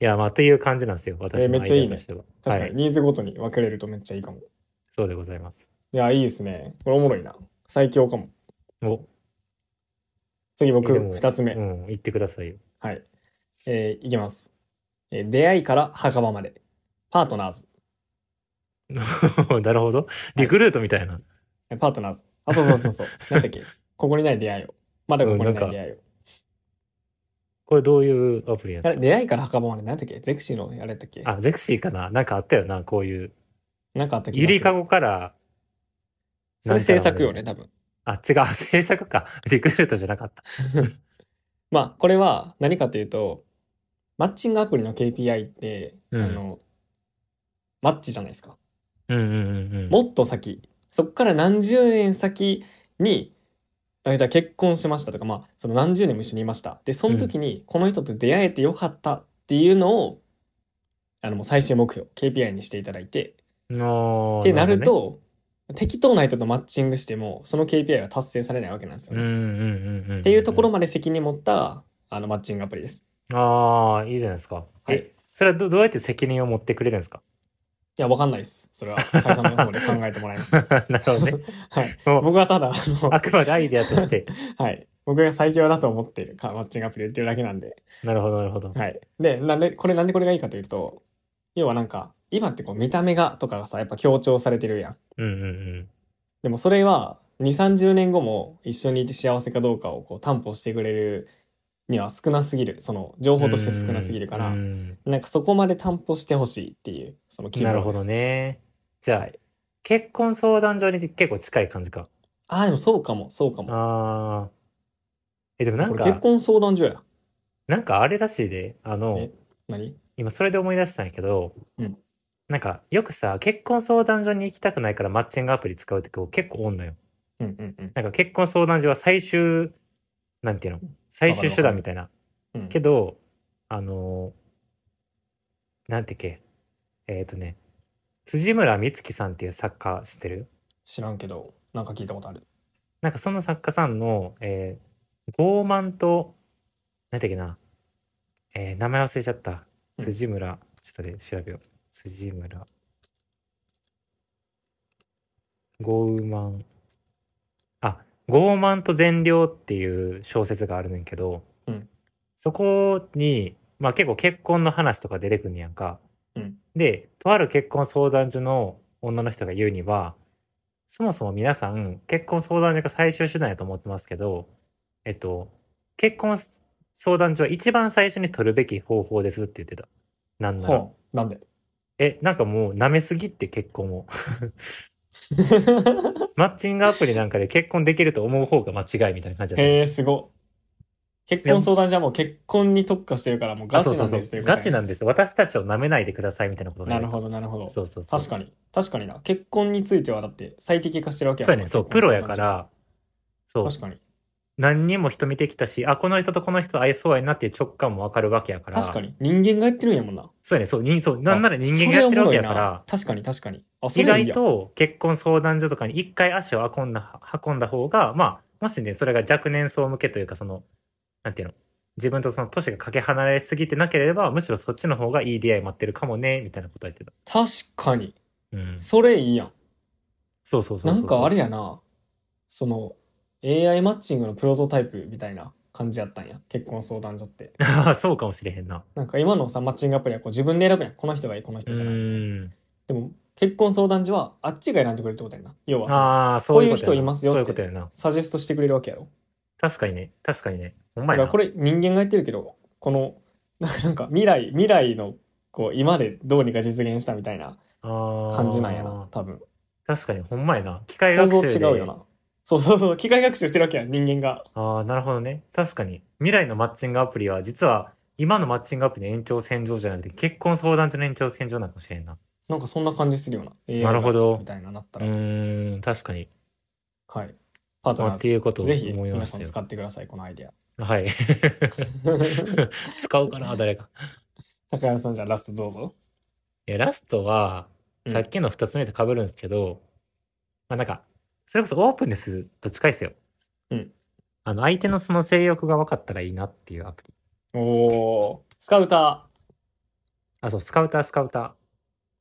[SPEAKER 2] いや、まあ、という感じなんですよ。私
[SPEAKER 1] えーめっ
[SPEAKER 2] のアイ
[SPEAKER 1] ちゃいい
[SPEAKER 2] デア
[SPEAKER 1] ね
[SPEAKER 2] としては。
[SPEAKER 1] 確か
[SPEAKER 2] は
[SPEAKER 1] に
[SPEAKER 2] い。
[SPEAKER 1] ニーズごとに分けれるとめっちゃいいかも
[SPEAKER 2] そうでございます。
[SPEAKER 1] いやいいですねこれおもろいな最強かも
[SPEAKER 2] お、
[SPEAKER 1] 次
[SPEAKER 2] え
[SPEAKER 1] 僕
[SPEAKER 2] でも
[SPEAKER 1] 2つ目、
[SPEAKER 2] うん、言ってくださいよ。
[SPEAKER 1] はいえーいきます、えー出会いから墓場までパートナーズ
[SPEAKER 2] なるほど。リクルートみたいな。
[SPEAKER 1] えパートナーズあそうそうそう そうなんだっけここにない出会いをまだここにない出会いを
[SPEAKER 2] これどういうアプリやん
[SPEAKER 1] あれ出会いから墓場まで何だっけゼクシーのあれだっけ
[SPEAKER 2] あ、ゼクシーかななんかあったよな、こういう。
[SPEAKER 1] なんかあった気
[SPEAKER 2] ゆ
[SPEAKER 1] がする
[SPEAKER 2] りかごから、
[SPEAKER 1] それ制作よね、多分。
[SPEAKER 2] あ、違う、制作か。リクルートじゃなかった。
[SPEAKER 1] まあ、これは何かというと、マッチングアプリの KPI って、
[SPEAKER 2] うん
[SPEAKER 1] あの、マッチじゃないですか。
[SPEAKER 2] うんうんうんうん。
[SPEAKER 1] もっと先、そこから何十年先に、あじゃあ結婚しましたとか、まあ、その何十年も一緒にいました。で、その時に、この人と出会えてよかったっていうのを、あの、もう最終目標、KPI にしていただいて、
[SPEAKER 2] の
[SPEAKER 1] ってなる、と、適当な人とマッチングしても、その KPI は達成されないわけなんですよ
[SPEAKER 2] うん
[SPEAKER 1] ね。
[SPEAKER 2] う
[SPEAKER 1] っ
[SPEAKER 2] んうんうん。って
[SPEAKER 1] いうところまで責任持った、あの、マッチングアプリです。
[SPEAKER 2] ああ、いいじゃないですか。
[SPEAKER 1] はい
[SPEAKER 2] え、それはどどうやって責任を持ってくれるんですか
[SPEAKER 1] いや、わかんないです。それは会社の方で考えてもらい ます。
[SPEAKER 2] なるほどね。
[SPEAKER 1] はい。
[SPEAKER 2] もう
[SPEAKER 1] 僕はただ、あの、
[SPEAKER 2] あくまでアイデアとして。
[SPEAKER 1] はい。僕が最強だと思ってるか、マッチングアプリを言ってるだけなんで。
[SPEAKER 2] なるほど、なるほど。
[SPEAKER 1] はい。で、なんで、これなんでこれがいいかというと、要はなんか、今ってこう見た目がとかがさ、やっぱ強調されてるやん。
[SPEAKER 2] うんうんうん。
[SPEAKER 1] でもそれは、2、30年後も一緒にいて幸せかどうかをこう担保してくれるには少なすぎる。その、情報として少なすぎるから
[SPEAKER 2] う、ん
[SPEAKER 1] なんかそこまで担保してほしいっていう、その希望
[SPEAKER 2] なるほ
[SPEAKER 1] で
[SPEAKER 2] ど
[SPEAKER 1] す。
[SPEAKER 2] ね。じゃあ、
[SPEAKER 1] はい
[SPEAKER 2] 結婚相談所に結構近い感じか。
[SPEAKER 1] ああ、でもそうかも、そうかも。
[SPEAKER 2] ああ。え、でもなん
[SPEAKER 1] これ
[SPEAKER 2] か
[SPEAKER 1] 結、婚相談所や。
[SPEAKER 2] なんかあれらしいで、あの
[SPEAKER 1] え、何
[SPEAKER 2] 今それで思い出したんやけど、
[SPEAKER 1] うん
[SPEAKER 2] なんかよくさ、結婚相談所に行きたくないからマッチングアプリ使うって子結構おんのよ。
[SPEAKER 1] うんうんうん
[SPEAKER 2] なんか結婚相談所は最終、なんていうの最終手段みたいな。
[SPEAKER 1] うん。
[SPEAKER 2] けど、あのーなんてっけ、えっ、とね、辻村美月さんっていう作家知ってる
[SPEAKER 1] 知らんけど、なんか聞いたことある。
[SPEAKER 2] なんかその作家さんの、えー傲慢と、なんてっけな、えー名前忘れちゃった。
[SPEAKER 1] うん
[SPEAKER 2] 辻村、ちょっとで調べよう。辻村。傲慢。あ、傲慢と善良っていう小説があるねんけど、
[SPEAKER 1] うん
[SPEAKER 2] そこに、まあ結構結婚の話とか出てくんねやんか。
[SPEAKER 1] うん
[SPEAKER 2] で、とある結婚相談所の女の人が言うには、そもそも皆さん、結婚相談所が最終手段やと思ってますけど、えっと、結婚相談所は一番最初に取るべき方法ですって言ってた。なんな
[SPEAKER 1] ほ
[SPEAKER 2] ら。
[SPEAKER 1] う。なんで
[SPEAKER 2] え、なんかもう舐めすぎって結婚を。 マッチングアプリなんかで結婚できると思う方が間違いみたいな感じだった。
[SPEAKER 1] へえ、すごっ。結婚相談所はもう結婚に特化してるから、もうガチなんですということ
[SPEAKER 2] ガ
[SPEAKER 1] ね
[SPEAKER 2] チなんです。私たちを舐めないでくださいみたいなこと
[SPEAKER 1] なるほ
[SPEAKER 2] ど。
[SPEAKER 1] ど、なるほど。
[SPEAKER 2] そうそうそう。
[SPEAKER 1] 確かに。確かにな。結婚についてはだって最適化してるわけや
[SPEAKER 2] そう
[SPEAKER 1] もん
[SPEAKER 2] やね。そう、プロやか。ら、そう、
[SPEAKER 1] 結婚相談所
[SPEAKER 2] 何人も人見てきたし、あ、この人とこの人合いそうやなっていう直感もわかるわけやから。
[SPEAKER 1] 確かに。確かに。人間がやってるんやもんな。
[SPEAKER 2] そうやね。そう、人そうなんなら人間がやってるわけやか
[SPEAKER 1] あ
[SPEAKER 2] ら。。
[SPEAKER 1] それおもろいな確かに、確かに。あ、そ
[SPEAKER 2] 意
[SPEAKER 1] れいい
[SPEAKER 2] 外
[SPEAKER 1] や。
[SPEAKER 2] と結婚相談所とかに一回足を運んだ、運んだ方が、まあ、もしね、それが若年層向けというか、その、なんていうの、自分とその年がかけ離れすぎてなければ、むしろそっちの方がいい出会い待ってるかもね、みたいなこと言ってた。
[SPEAKER 1] 確かに。
[SPEAKER 2] うん。
[SPEAKER 1] それいいやん。
[SPEAKER 2] そうそうそうそう。
[SPEAKER 1] なんかあれやな。その、AI マッチングのプロトタイプみたいな感じやったんや。結婚相談所 って。
[SPEAKER 2] や。そうかもしれへんな。
[SPEAKER 1] なんか今のさ、マッチングアプリはこう自分で選ぶやん。この人がいい、この
[SPEAKER 2] う
[SPEAKER 1] 人じゃないみたいな。
[SPEAKER 2] ん。
[SPEAKER 1] でも、結婚相談所はあっちが選んでくれるってことやんな。要はさ、
[SPEAKER 2] ああ、そういうことやな。
[SPEAKER 1] こういう人いますよって
[SPEAKER 2] そういうことやな。
[SPEAKER 1] サジェストしてくれるわけやろ。
[SPEAKER 2] 確かにね。確かにね。お
[SPEAKER 1] だ
[SPEAKER 2] 前
[SPEAKER 1] から
[SPEAKER 2] な。
[SPEAKER 1] これ人間がやってるけど、この、 なんか未来、未来の、こう、今でどうにか実現したみたいな
[SPEAKER 2] 感
[SPEAKER 1] 感じなんやな、。多分。
[SPEAKER 2] 確かに、ほんまやな。機械
[SPEAKER 1] 構
[SPEAKER 2] 学
[SPEAKER 1] 造
[SPEAKER 2] 習
[SPEAKER 1] 違
[SPEAKER 2] で。
[SPEAKER 1] うよな。そうそうそう、機械学習してるわけやん、人間が。
[SPEAKER 2] ああ、なるほどね。確かに。未来のマッチングアプリは、実は、今のマッチングアプリの延長線上じゃなくて、結婚相談所の延長線上なのかもしれんな。
[SPEAKER 1] なんかそんな感じするような。AI
[SPEAKER 2] なるほど
[SPEAKER 1] みたいななった
[SPEAKER 2] う
[SPEAKER 1] ら。
[SPEAKER 2] ーん、確かに。
[SPEAKER 1] はい。パート
[SPEAKER 2] まあ、
[SPEAKER 1] ナー
[SPEAKER 2] って
[SPEAKER 1] ズ
[SPEAKER 2] いうことを
[SPEAKER 1] ぜひ
[SPEAKER 2] 思いま
[SPEAKER 1] 皆
[SPEAKER 2] し
[SPEAKER 1] さ
[SPEAKER 2] た
[SPEAKER 1] ん
[SPEAKER 2] よ。
[SPEAKER 1] 使ってください、このアイデア。
[SPEAKER 2] はい。使おうかな、誰か。
[SPEAKER 1] 高山さんじゃあラストどうぞ。
[SPEAKER 2] いや、ラストは、
[SPEAKER 1] うん
[SPEAKER 2] さっきの二つ目と被るんですけど、まあなんか、それこそオープンネスと近いですよ。
[SPEAKER 1] うん。
[SPEAKER 2] あの、相手のその性欲が分かったらいいなっていうアプリ。
[SPEAKER 1] おー、スカウタ
[SPEAKER 2] あ、そう、スカウター、スカウター。
[SPEAKER 1] ー。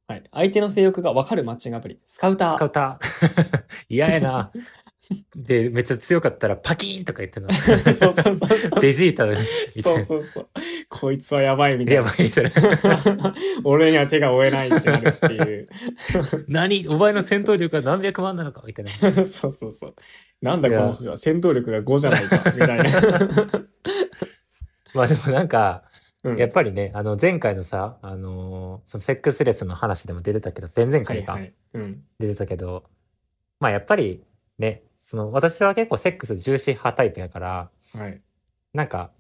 [SPEAKER 1] はい。相手の性欲がわかるマッチングアプリ。スカウタ
[SPEAKER 2] スカ
[SPEAKER 1] ー。
[SPEAKER 2] ウター。 嫌やな。で、めっちゃ強かったらパキーンとか言ってな。
[SPEAKER 1] そうそう そうそう。
[SPEAKER 2] ベジータみた
[SPEAKER 1] そ
[SPEAKER 2] いうな。
[SPEAKER 1] そうそう。こいつはやばいみたい
[SPEAKER 2] や
[SPEAKER 1] な。
[SPEAKER 2] ばいみたいな。
[SPEAKER 1] 俺には手が負えないってなるっていう。
[SPEAKER 2] 何お前の戦闘力が何百万なのかみたいな。
[SPEAKER 1] そうそうそう。なんだこの人は戦闘力が5じゃないかみたい な。
[SPEAKER 2] まあでもなんか、
[SPEAKER 1] うん
[SPEAKER 2] やっぱりね、あの前回のさ、あのーそのセックスレスの話でも出てたけど、前々
[SPEAKER 1] は
[SPEAKER 2] 回
[SPEAKER 1] い
[SPEAKER 2] か
[SPEAKER 1] はい。うん。
[SPEAKER 2] 出てたけど、まあやっぱりね、その私は結構セックス重視派タイプやから、
[SPEAKER 1] はい。
[SPEAKER 2] なんか、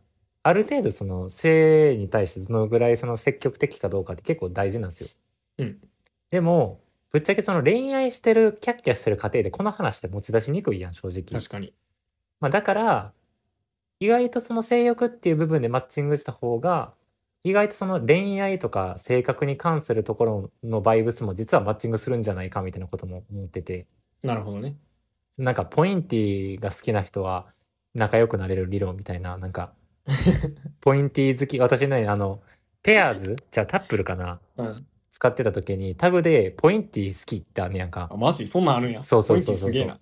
[SPEAKER 2] ある程度その性に対してどのぐらいその積極的かどうかって結構大事なんですよ。
[SPEAKER 1] うん
[SPEAKER 2] でも、ぶっちゃけその恋愛してる、キャッキャしてる過程でこの話って持ち出しにくいやん、正直。
[SPEAKER 1] 確かに。
[SPEAKER 2] まあだから、意外とその性欲っていう部分でマッチングした方が、意外とその恋愛とか性格に関するところのバイブスも実はマッチングするんじゃないかみたいなことも思ってて。
[SPEAKER 1] なるほどね。
[SPEAKER 2] なんかポインティが好きな人は仲良くなれる理論みたいな、なんか、ポインティ好き、私ね、あの、ペアーズじゃあタップルかな
[SPEAKER 1] うん。
[SPEAKER 2] 使ってた時にタグでポインティ好きってあんねやんか
[SPEAKER 1] あ。マジそんなんあるんや。
[SPEAKER 2] そうそうそうそう
[SPEAKER 1] 雰囲気すげえな。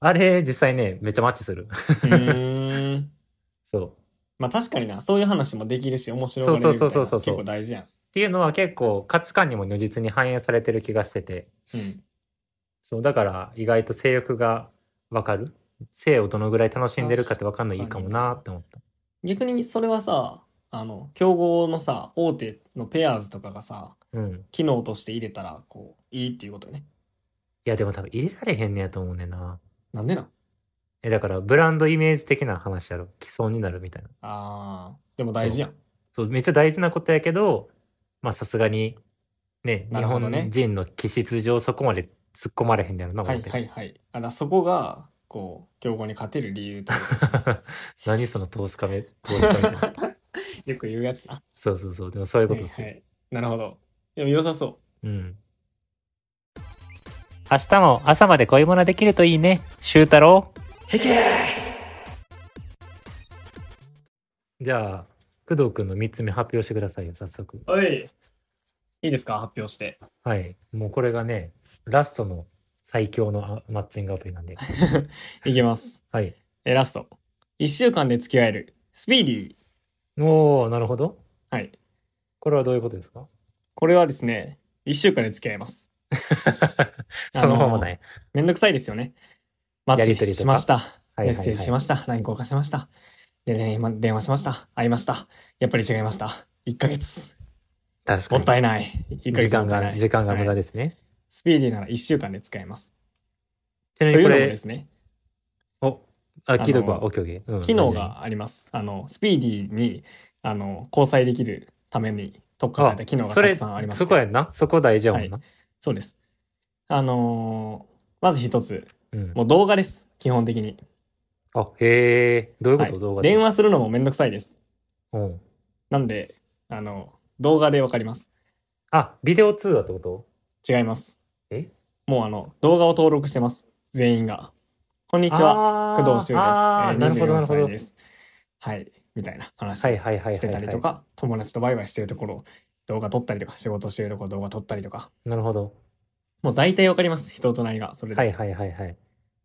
[SPEAKER 2] あれ実際ね、めっちゃマッチする。
[SPEAKER 1] う ーん。
[SPEAKER 2] そう。
[SPEAKER 1] まあ確かにな、そういう話もできるし、面白がれるみたいな
[SPEAKER 2] そうそうそうそうそう
[SPEAKER 1] 結構大事やん。
[SPEAKER 2] っていうのは結構価値観にも如実に反映されてる気がしてて。
[SPEAKER 1] うん。
[SPEAKER 2] そう、だから意外と性欲がわかる。性をどのぐらい楽しんでるかってわかんないいいかもなって思った。
[SPEAKER 1] 逆にそれはさ、あの、競合のさ、大手のペアーズとかがさ、
[SPEAKER 2] うん。
[SPEAKER 1] 機能として入れたら、こう、いいっていうことよね。
[SPEAKER 2] いや、でも多分入れられへんねやと思うねんな。
[SPEAKER 1] なんでなん
[SPEAKER 2] え、だからブランドイメージ的な話やろ。既存になるみたいな。
[SPEAKER 1] あー、でも大事やん。
[SPEAKER 2] そう、めっちゃ大事なことやけど、まあさすがに、ね、
[SPEAKER 1] なるほどね
[SPEAKER 2] 日本人の気質上そこまで突っ込まれへんねやろな、
[SPEAKER 1] は
[SPEAKER 2] 思
[SPEAKER 1] い
[SPEAKER 2] って。
[SPEAKER 1] はいはい。あだそこが、こう、競合に勝てる理由という か
[SPEAKER 2] 何その投資家め、投資家 め。
[SPEAKER 1] よく言うやつな。
[SPEAKER 2] そうそうそう。でもそういうことです
[SPEAKER 1] は
[SPEAKER 2] よ。
[SPEAKER 1] いはいなるほど。でも良さそ
[SPEAKER 2] うん。明日も朝まで恋物できるといいね。修太郎。
[SPEAKER 1] う。へけ
[SPEAKER 2] じゃあ、工藤くんの3つ目発表してくださいよ、早速。
[SPEAKER 1] おい。いいですか発表して。
[SPEAKER 2] はい。もうこれがね、ラストの最強のあマッチングアプリな んで。
[SPEAKER 1] いきます。
[SPEAKER 2] はい。
[SPEAKER 1] え、ラスト。1週間で付き合える。スピーディー。
[SPEAKER 2] おー、なるほど。
[SPEAKER 1] はい。
[SPEAKER 2] これはどういうことです か
[SPEAKER 1] これはですね、1週間で付き合います。
[SPEAKER 2] そのままない。
[SPEAKER 1] めんどくさいですよね。マッ
[SPEAKER 2] や
[SPEAKER 1] チ
[SPEAKER 2] りとりとか
[SPEAKER 1] しました。
[SPEAKER 2] いはいはい
[SPEAKER 1] メッセージしました。LINE 交換しました。で、ね、今電話しました。会いました。やっぱり違いました。1ヶ月。
[SPEAKER 2] 確
[SPEAKER 1] も
[SPEAKER 2] か
[SPEAKER 1] っ
[SPEAKER 2] に。
[SPEAKER 1] たいない。1ヶ
[SPEAKER 2] 時
[SPEAKER 1] 月も
[SPEAKER 2] 間
[SPEAKER 1] ったいな
[SPEAKER 2] が、
[SPEAKER 1] い。
[SPEAKER 2] 時間が無駄
[SPEAKER 1] はい
[SPEAKER 2] ですね。
[SPEAKER 1] スピーディーなら1週間で使えます。
[SPEAKER 2] ちな
[SPEAKER 1] と
[SPEAKER 2] み
[SPEAKER 1] いう
[SPEAKER 2] にこ
[SPEAKER 1] のも
[SPEAKER 2] れ
[SPEAKER 1] で、すね、
[SPEAKER 2] お、あ、聞いとく
[SPEAKER 1] あ
[SPEAKER 2] わ。
[SPEAKER 1] の
[SPEAKER 2] オッケーオッケー。うん
[SPEAKER 1] 機能。があります。あの、スピーディーに、あの、交際できるために特化された機能がたくさんありま
[SPEAKER 2] そ
[SPEAKER 1] す
[SPEAKER 2] れそこやんな。そこ大事やもんな。
[SPEAKER 1] そうです。あのーまず一つ、
[SPEAKER 2] うん。
[SPEAKER 1] もう動画です。基本的に。
[SPEAKER 2] あ、へえ。どういうこと、
[SPEAKER 1] はい
[SPEAKER 2] 動画で。
[SPEAKER 1] 電話するのもめんどくさいです。
[SPEAKER 2] うん。
[SPEAKER 1] なんで、あの、動画でわかります。
[SPEAKER 2] あ、ビデオ通話ってこと
[SPEAKER 1] 違います。
[SPEAKER 2] え
[SPEAKER 1] もうあの、動画を登録してます。全員が。こんにちは。
[SPEAKER 2] は
[SPEAKER 1] 工藤修です。え
[SPEAKER 2] あー
[SPEAKER 1] ー
[SPEAKER 2] なるほど、な
[SPEAKER 1] 24
[SPEAKER 2] るほど。
[SPEAKER 1] 歳
[SPEAKER 2] はい
[SPEAKER 1] です。はい。みたいな話
[SPEAKER 2] はいはいはい。
[SPEAKER 1] してたりと。か、友達とバイバイしてるところ、動画撮ったりとか、仕事してるところ動画撮ったりとか、
[SPEAKER 2] なるほど。
[SPEAKER 1] もう大体わかります。人となりが、それで。
[SPEAKER 2] はいはいはいはい。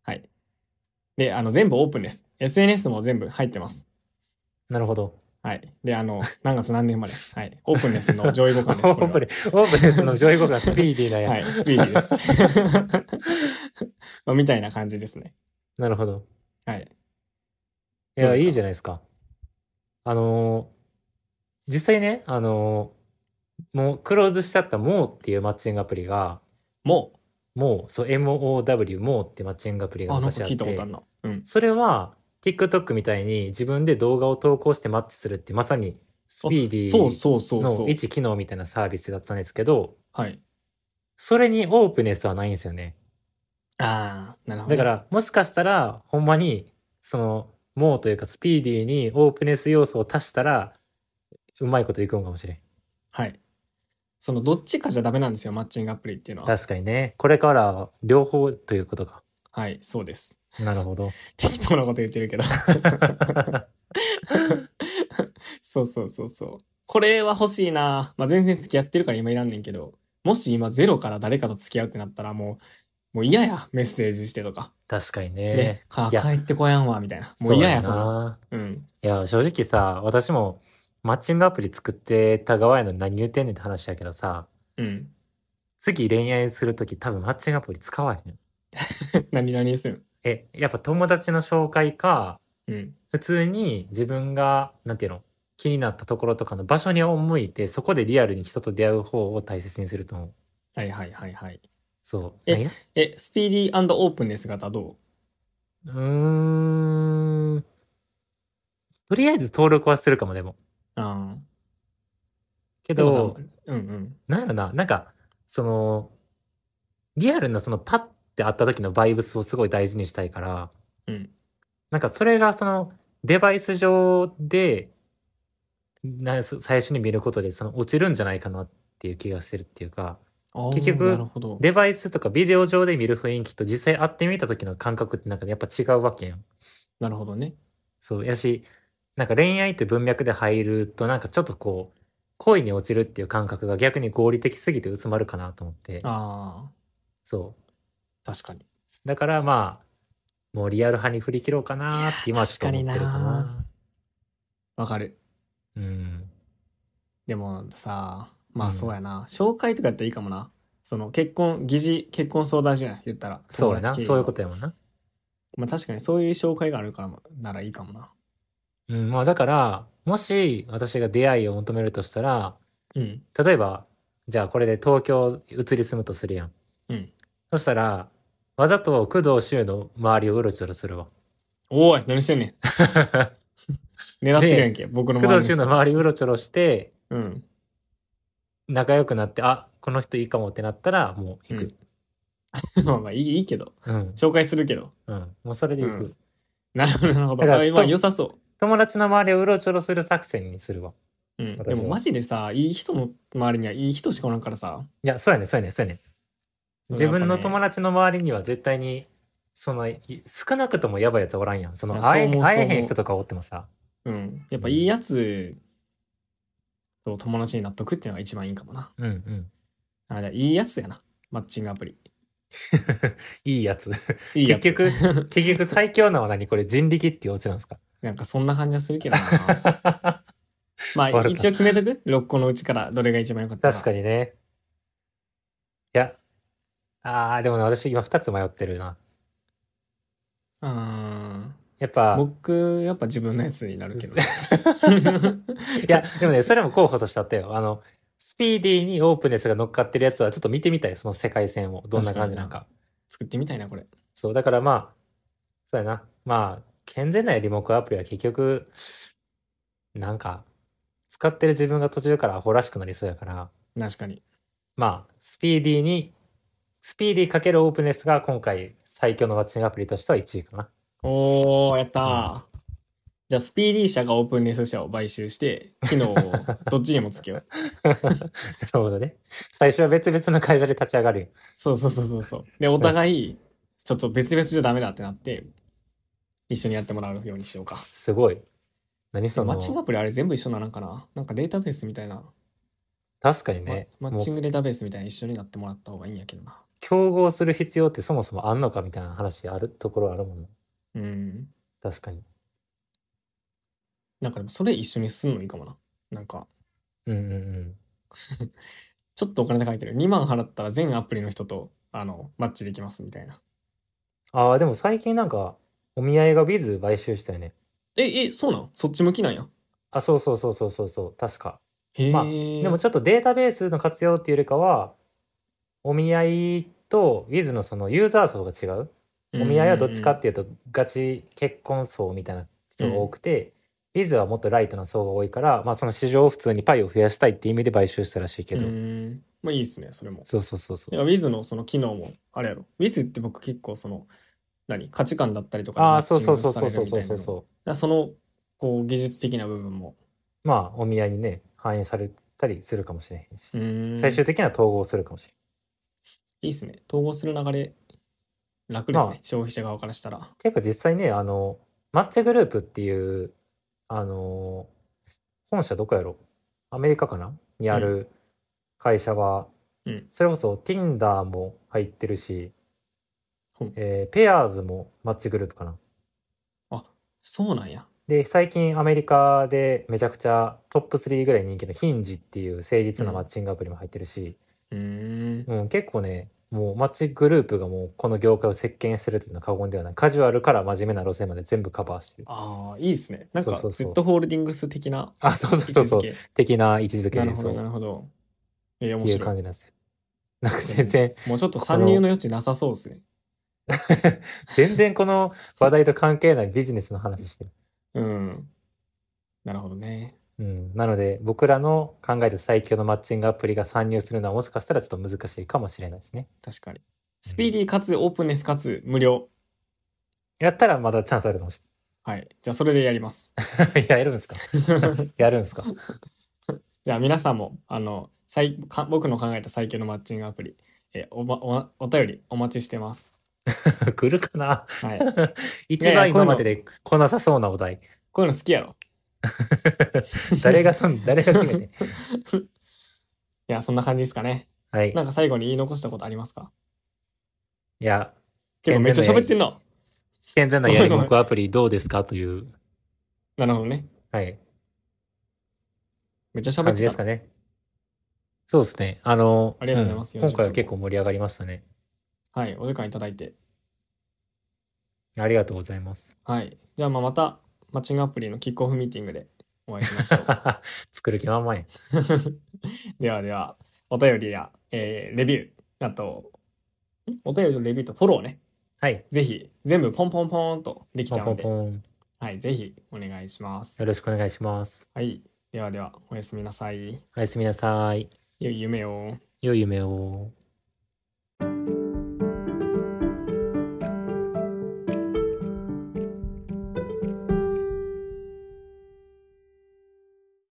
[SPEAKER 1] はい。で、あの、全部オープンです。SNS も全部入ってます。
[SPEAKER 2] なるほど。
[SPEAKER 1] はい。で、あの、 何月何年生まれ。はい。オープンレスの上位互
[SPEAKER 2] オ
[SPEAKER 1] 換です。これ
[SPEAKER 2] ー
[SPEAKER 1] は
[SPEAKER 2] プレ、オープレスの上位互換スピーディーなや。
[SPEAKER 1] はい、スピーディーです。 まあみたいな感じですね。
[SPEAKER 2] なるほど。
[SPEAKER 1] はい。
[SPEAKER 2] い
[SPEAKER 1] どう
[SPEAKER 2] や、
[SPEAKER 1] ですか
[SPEAKER 2] いいじゃないですか。あのー実際ね、あのーもうクローズしちゃったもうっていうマッチングアプリが、
[SPEAKER 1] も
[SPEAKER 2] もう、そう、MOW もうってマッチングアプリ
[SPEAKER 1] う、
[SPEAKER 2] が
[SPEAKER 1] あ、なん
[SPEAKER 2] 昔
[SPEAKER 1] か
[SPEAKER 2] あっ
[SPEAKER 1] 聞いたことあ
[SPEAKER 2] て
[SPEAKER 1] る、な。うん。
[SPEAKER 2] それは TikTok みたいに自分で動画を投稿してマッチするってまさにスピーディ
[SPEAKER 1] そう
[SPEAKER 2] ー
[SPEAKER 1] そうそうそ
[SPEAKER 2] の
[SPEAKER 1] う。
[SPEAKER 2] 一機能みたいなサービスだったんですけど、
[SPEAKER 1] はい。
[SPEAKER 2] それにオープネスはないんですよね。
[SPEAKER 1] ああ、なるほどね。
[SPEAKER 2] だから、もしかしたら、ほんまに、その、もうというか、スピーディーにオープネス要素を足したら、うまいこといくんかもしれん。
[SPEAKER 1] はい。その、どっちかじゃダメなんですよ、マッチングアプリっていうのは。
[SPEAKER 2] 確かにね。これからは、両方ということか。
[SPEAKER 1] はい、そうです。
[SPEAKER 2] なるほ ど。
[SPEAKER 1] 適当なこと言ってるけど。そうそうそうそう。これは欲しいな。まあ、全然付き合ってるから今いらんねんけど、もし今ゼロから誰かと付き合うってなったらもう、もう嫌や、メッセージしてとか。
[SPEAKER 2] 確かに
[SPEAKER 1] で
[SPEAKER 2] ね。、
[SPEAKER 1] か
[SPEAKER 2] いや
[SPEAKER 1] 帰ってこやんわ、みたいな。もう嫌や、そ
[SPEAKER 2] そうん
[SPEAKER 1] な。
[SPEAKER 2] な。
[SPEAKER 1] うん。
[SPEAKER 2] いや、正直さ、私も、マッチングアプリ作ってた側やのに何言ってんねんって話やけどさ、
[SPEAKER 1] うん。
[SPEAKER 2] 次恋愛するとき多分マッチングアプリ使わへん。
[SPEAKER 1] 何々する
[SPEAKER 2] え、やっぱ友達の紹介か、
[SPEAKER 1] うん。
[SPEAKER 2] 普通に自分が、なんていうの、気になったところとかの場所に赴いて、そこでリアルに人と出会う方を大切にすると思う。
[SPEAKER 1] はいはいはいはい。
[SPEAKER 2] そう。
[SPEAKER 1] え
[SPEAKER 2] 何が
[SPEAKER 1] え、スピーディーオープンネス型ど
[SPEAKER 2] うーん。とりあえず登録はしてるかも、でも。
[SPEAKER 1] うああ。
[SPEAKER 2] け
[SPEAKER 1] でもさ、う
[SPEAKER 2] ど、
[SPEAKER 1] んうん。
[SPEAKER 2] なんやろな、なんか、その、リアルなそのパッて会った時のバイブスをすごい大事にしたいから、
[SPEAKER 1] うん。
[SPEAKER 2] なんかそれがそのデバイス上で、なそ最初に見ることでその落ちるんじゃないかなっていう気がしてるっていうか、
[SPEAKER 1] あー
[SPEAKER 2] 結局
[SPEAKER 1] なるほど。
[SPEAKER 2] デバイスとかビデオ上で見る雰囲気と実際会ってみた時の感覚ってなんかやっぱ違うわけやん。
[SPEAKER 1] なるほどね。
[SPEAKER 2] そうやし、なんか恋愛って文脈で入るとなんかちょっとこう、恋に落ちるっていう感覚が逆に合理的すぎて薄まるかなと思って。
[SPEAKER 1] あ
[SPEAKER 2] そう。
[SPEAKER 1] あ、確かに。
[SPEAKER 2] だからまあ、もうリアル派に振り切ろうかなって今はちょっと思ってる
[SPEAKER 1] い
[SPEAKER 2] か
[SPEAKER 1] や確
[SPEAKER 2] な。
[SPEAKER 1] わかる。
[SPEAKER 2] うん。
[SPEAKER 1] でもさ、ま
[SPEAKER 2] う
[SPEAKER 1] あ
[SPEAKER 2] ん
[SPEAKER 1] そうやな。紹介とかやったらいいかもな。その結婚、疑似結婚相談所やん言ったら。
[SPEAKER 2] そうやな。
[SPEAKER 1] 友達経由
[SPEAKER 2] そういうことやもんな。
[SPEAKER 1] まあ確かにそういう紹介があるからもならいいかもな。
[SPEAKER 2] うん。まあだから、もし私が出会いを求めるとしたら、
[SPEAKER 1] うん。
[SPEAKER 2] 例えば、じゃあこれで東京移り住むとするやん。
[SPEAKER 1] うん。
[SPEAKER 2] そしたら、わざと工藤柊の周りをうろちょろするわ。
[SPEAKER 1] おい、何してん ねん。狙ってるやんけ、僕の
[SPEAKER 2] 工
[SPEAKER 1] 周り
[SPEAKER 2] 藤柊
[SPEAKER 1] 人
[SPEAKER 2] の周りうろちょろして、
[SPEAKER 1] うん。
[SPEAKER 2] 仲良くなって、あ、この人いいかもってなったら、もう行く。
[SPEAKER 1] まあまあいいいいけど。
[SPEAKER 2] うん。
[SPEAKER 1] 紹介するけど。
[SPEAKER 2] うん。もうそれで行く。
[SPEAKER 1] うんなるほど、なるほど。
[SPEAKER 2] だから
[SPEAKER 1] あ今
[SPEAKER 2] と
[SPEAKER 1] 良さそ
[SPEAKER 2] 友達の周りをうろちょろする作戦にするわ。
[SPEAKER 1] う。うん。
[SPEAKER 2] 私
[SPEAKER 1] で
[SPEAKER 2] は
[SPEAKER 1] もマジでさ、いい人の周りにはいい人しかおらんからさ。
[SPEAKER 2] いや、そうやね、そうやね、そうやね。自分の友達の周りには絶対に、その、い少なくともやばいやつはおらんやん。そ
[SPEAKER 1] い
[SPEAKER 2] の、
[SPEAKER 1] や
[SPEAKER 2] 会
[SPEAKER 1] そう
[SPEAKER 2] え
[SPEAKER 1] 思う
[SPEAKER 2] 会
[SPEAKER 1] そう
[SPEAKER 2] え
[SPEAKER 1] 思う
[SPEAKER 2] へん人とかおってもさ。
[SPEAKER 1] うん。やっぱいいやつと友達になっとくっていうのが一番いいかもな。
[SPEAKER 2] うんうん。
[SPEAKER 1] あじゃあいいやつやな。マッチングアプリ。
[SPEAKER 2] いい やつ。
[SPEAKER 1] いいやつ。
[SPEAKER 2] 結局、結局最強なのは何これ人力っていうオチなんですか
[SPEAKER 1] なんかそんな感じはするけど な。まあ
[SPEAKER 2] 悪か
[SPEAKER 1] 一応決めとく ?6 個のうちからどれが一番良かった
[SPEAKER 2] 確か
[SPEAKER 1] に。
[SPEAKER 2] にね。いや、あー、でもね、私今2つ迷ってるな。
[SPEAKER 1] うーん。
[SPEAKER 2] やっぱ、
[SPEAKER 1] 僕、やっぱ自分のやつになる けど。
[SPEAKER 2] いや、でもね、それも候補としてあったよ。あの、スピーディーにオープンネスが乗っかってるやつはちょっと見てみたい、その世界線を。どんな感じなんか。
[SPEAKER 1] 作ってみたいな、これ。
[SPEAKER 2] そう、だからまあ、そうやな。まあ、健全なリモコンアプリは結局、なんか、使ってる自分が途中からアホらしくなりそうやから、
[SPEAKER 1] 確かに。
[SPEAKER 2] まあ、スピーディーに、スピーディーかけるオープンネスが今回最強のマッチングアプリとしては1位かな。
[SPEAKER 1] おー、やったー。じゃあ、スピーディー社がオープンネス社を買収して、機能をどっちにもつ けよう。
[SPEAKER 2] なるほどね。最初は別々の会社で立ち上がるよ。
[SPEAKER 1] そうそうそうそうそう。で、お互い、ちょっと別々じゃダメだってなって、一緒にやってもらうようにしようか。
[SPEAKER 2] すごい。何そ
[SPEAKER 1] マ
[SPEAKER 2] の
[SPEAKER 1] ッ、チングアプリあれ全部一緒なのかななんかデータベースみたいな、
[SPEAKER 2] 確かにね、
[SPEAKER 1] ママ
[SPEAKER 2] も
[SPEAKER 1] ッチン
[SPEAKER 2] う
[SPEAKER 1] グデータベースみたいな一緒になってもらった方がいいんやけどな。
[SPEAKER 2] 競合する必要ってそもそもあんのかみたいな話あるところあるもんね。
[SPEAKER 1] うん。
[SPEAKER 2] 確かに。
[SPEAKER 1] なんかでもそれ一緒にすんのいいかもな。なんか、
[SPEAKER 2] うんうんうん。
[SPEAKER 1] ちょっとお金高いけど、2万払ったら全アプリの人と、あの、マッチできますみたいな。
[SPEAKER 2] ああ、でも最近なんか、お見合いがビズ買収したよね。
[SPEAKER 1] え、え、そうなんそっち向きなんや。
[SPEAKER 2] あ、そうそうそうそうそうそう、確か。
[SPEAKER 1] へえ、
[SPEAKER 2] まあでもちょっとデータベースの活用っていうよりかは、お見合いとビズのそのユーザー層が違う。お見合いはどっちかっていうと、ガチ結婚層みたいな人が多くて、ビズはもっとライトな層が多いから、まあその市場を普通にパイを増やしたいっていう意味で買収したらしいけ
[SPEAKER 1] うん
[SPEAKER 2] ど。
[SPEAKER 1] うんまあいいですね、それも。
[SPEAKER 2] そうそうそうそ。
[SPEAKER 1] いうや、Wiz のその機能も、あれやろ。Wiz って僕結構その、何価値観だったりとかに
[SPEAKER 2] あ
[SPEAKER 1] マ
[SPEAKER 2] あ、そ
[SPEAKER 1] ッ
[SPEAKER 2] う
[SPEAKER 1] チン
[SPEAKER 2] そう
[SPEAKER 1] グ
[SPEAKER 2] そう
[SPEAKER 1] さ
[SPEAKER 2] そ
[SPEAKER 1] れ
[SPEAKER 2] う
[SPEAKER 1] る
[SPEAKER 2] そう
[SPEAKER 1] みたいなの。
[SPEAKER 2] そう
[SPEAKER 1] だか
[SPEAKER 2] そ
[SPEAKER 1] らその、こう、技術的な部分も。
[SPEAKER 2] う。まあお見合いにね、反映されたりするかもしれへんし、
[SPEAKER 1] うん
[SPEAKER 2] 最終的には統合するかもしれん。
[SPEAKER 1] いいっすね。統合する流れ、楽ですね。
[SPEAKER 2] まあ
[SPEAKER 1] 消費者側からしたら。
[SPEAKER 2] ていうか実際ねあのマッチグループっていうあの本社どこやろアメリカかなにある会社は、
[SPEAKER 1] うん
[SPEAKER 2] それこそ Tinder も入ってるし、
[SPEAKER 1] ほう
[SPEAKER 2] えーペアーズもマッチグループかな
[SPEAKER 1] そうなんや。
[SPEAKER 2] で最近アメリカでめちゃくちゃトップ3ぐらい人気のヒンジっていう誠実なマッチングアプリも入ってるし、
[SPEAKER 1] うん。
[SPEAKER 2] うん結構ねもうマッチグループがもうこの業界を席巻してるっていうのは過言ではないカジュアルから真面目な路線まで全部カバーしてる
[SPEAKER 1] ああ、いいっすね。なん
[SPEAKER 2] そう
[SPEAKER 1] か
[SPEAKER 2] そ、う
[SPEAKER 1] ず
[SPEAKER 2] そう
[SPEAKER 1] っとホールディングス的な
[SPEAKER 2] あそうそう
[SPEAKER 1] 位置
[SPEAKER 2] そうそう
[SPEAKER 1] づけ。
[SPEAKER 2] 的な位置づけ
[SPEAKER 1] なる
[SPEAKER 2] で
[SPEAKER 1] ほ
[SPEAKER 2] そ
[SPEAKER 1] ど、な
[SPEAKER 2] う
[SPEAKER 1] るほど。え、面
[SPEAKER 2] いう
[SPEAKER 1] 白
[SPEAKER 2] 感
[SPEAKER 1] い。
[SPEAKER 2] じなんですよ。なんか全然、
[SPEAKER 1] もうちょっと参入の余地なさそうですね。
[SPEAKER 2] 全然この話題と関係ないビジネスの話してる。
[SPEAKER 1] うん。なるほどね。
[SPEAKER 2] うん、なので僕らの考えた最強のマッチングアプリが参入するのはもしかしたらちょっと難しいかもしれないですね。
[SPEAKER 1] 確かに。スピーディーかつオープンネスかつ無料。
[SPEAKER 2] やったらまだチャンスあるかもし
[SPEAKER 1] はい。じゃあそれでやります。
[SPEAKER 2] れない。いややるんですかやるんですか
[SPEAKER 1] じゃあ皆さんも、あの、最か僕の考えた最強のマッチングアプリ、えーおま、おまお便りお待ちしてます。
[SPEAKER 2] 来るかな
[SPEAKER 1] はい。
[SPEAKER 2] 一
[SPEAKER 1] いや
[SPEAKER 2] 番
[SPEAKER 1] いやこういうの
[SPEAKER 2] 今までで来なさそうなお題。
[SPEAKER 1] こういうの好きやろ。
[SPEAKER 2] 誰がそん、誰が決めて。
[SPEAKER 1] いや、そんな感じですかね。
[SPEAKER 2] は い。
[SPEAKER 1] なんか最後に言い残したことありますか
[SPEAKER 2] いや、
[SPEAKER 1] 結構めっちゃ喋ってんな。
[SPEAKER 2] 健全なやりもくアプリどうですかという、
[SPEAKER 1] なるほどね。
[SPEAKER 2] はい、
[SPEAKER 1] めっちゃ喋
[SPEAKER 2] 感
[SPEAKER 1] っ
[SPEAKER 2] じ
[SPEAKER 1] て
[SPEAKER 2] です
[SPEAKER 1] た。
[SPEAKER 2] かね。そうですね。あの、
[SPEAKER 1] ありがとうございます
[SPEAKER 2] ん
[SPEAKER 1] 40
[SPEAKER 2] 今回は結構盛り上がりましたね。
[SPEAKER 1] はい。お時間いただいて。
[SPEAKER 2] ありがとうござ います。
[SPEAKER 1] はい。じゃあ、まあまた、マッチングアプリのキックオフミーティングでお会いしましょう。
[SPEAKER 2] 作る気満々や。
[SPEAKER 1] ではでは、お便りや、えーレビュー、あと、んお便りとレビューとフォローね。
[SPEAKER 2] はい。
[SPEAKER 1] ぜひ、全部ポンポンポンとでき
[SPEAKER 2] ポ
[SPEAKER 1] ち
[SPEAKER 2] ン
[SPEAKER 1] ゃう
[SPEAKER 2] ポン
[SPEAKER 1] んで、
[SPEAKER 2] ポン。
[SPEAKER 1] はい。ぜひ、お願いします
[SPEAKER 2] よ。ろしくお願いします。
[SPEAKER 1] はい。ではでは、おやすみなさい。
[SPEAKER 2] おやすみなさい。
[SPEAKER 1] 良い夢を。
[SPEAKER 2] 良い夢を。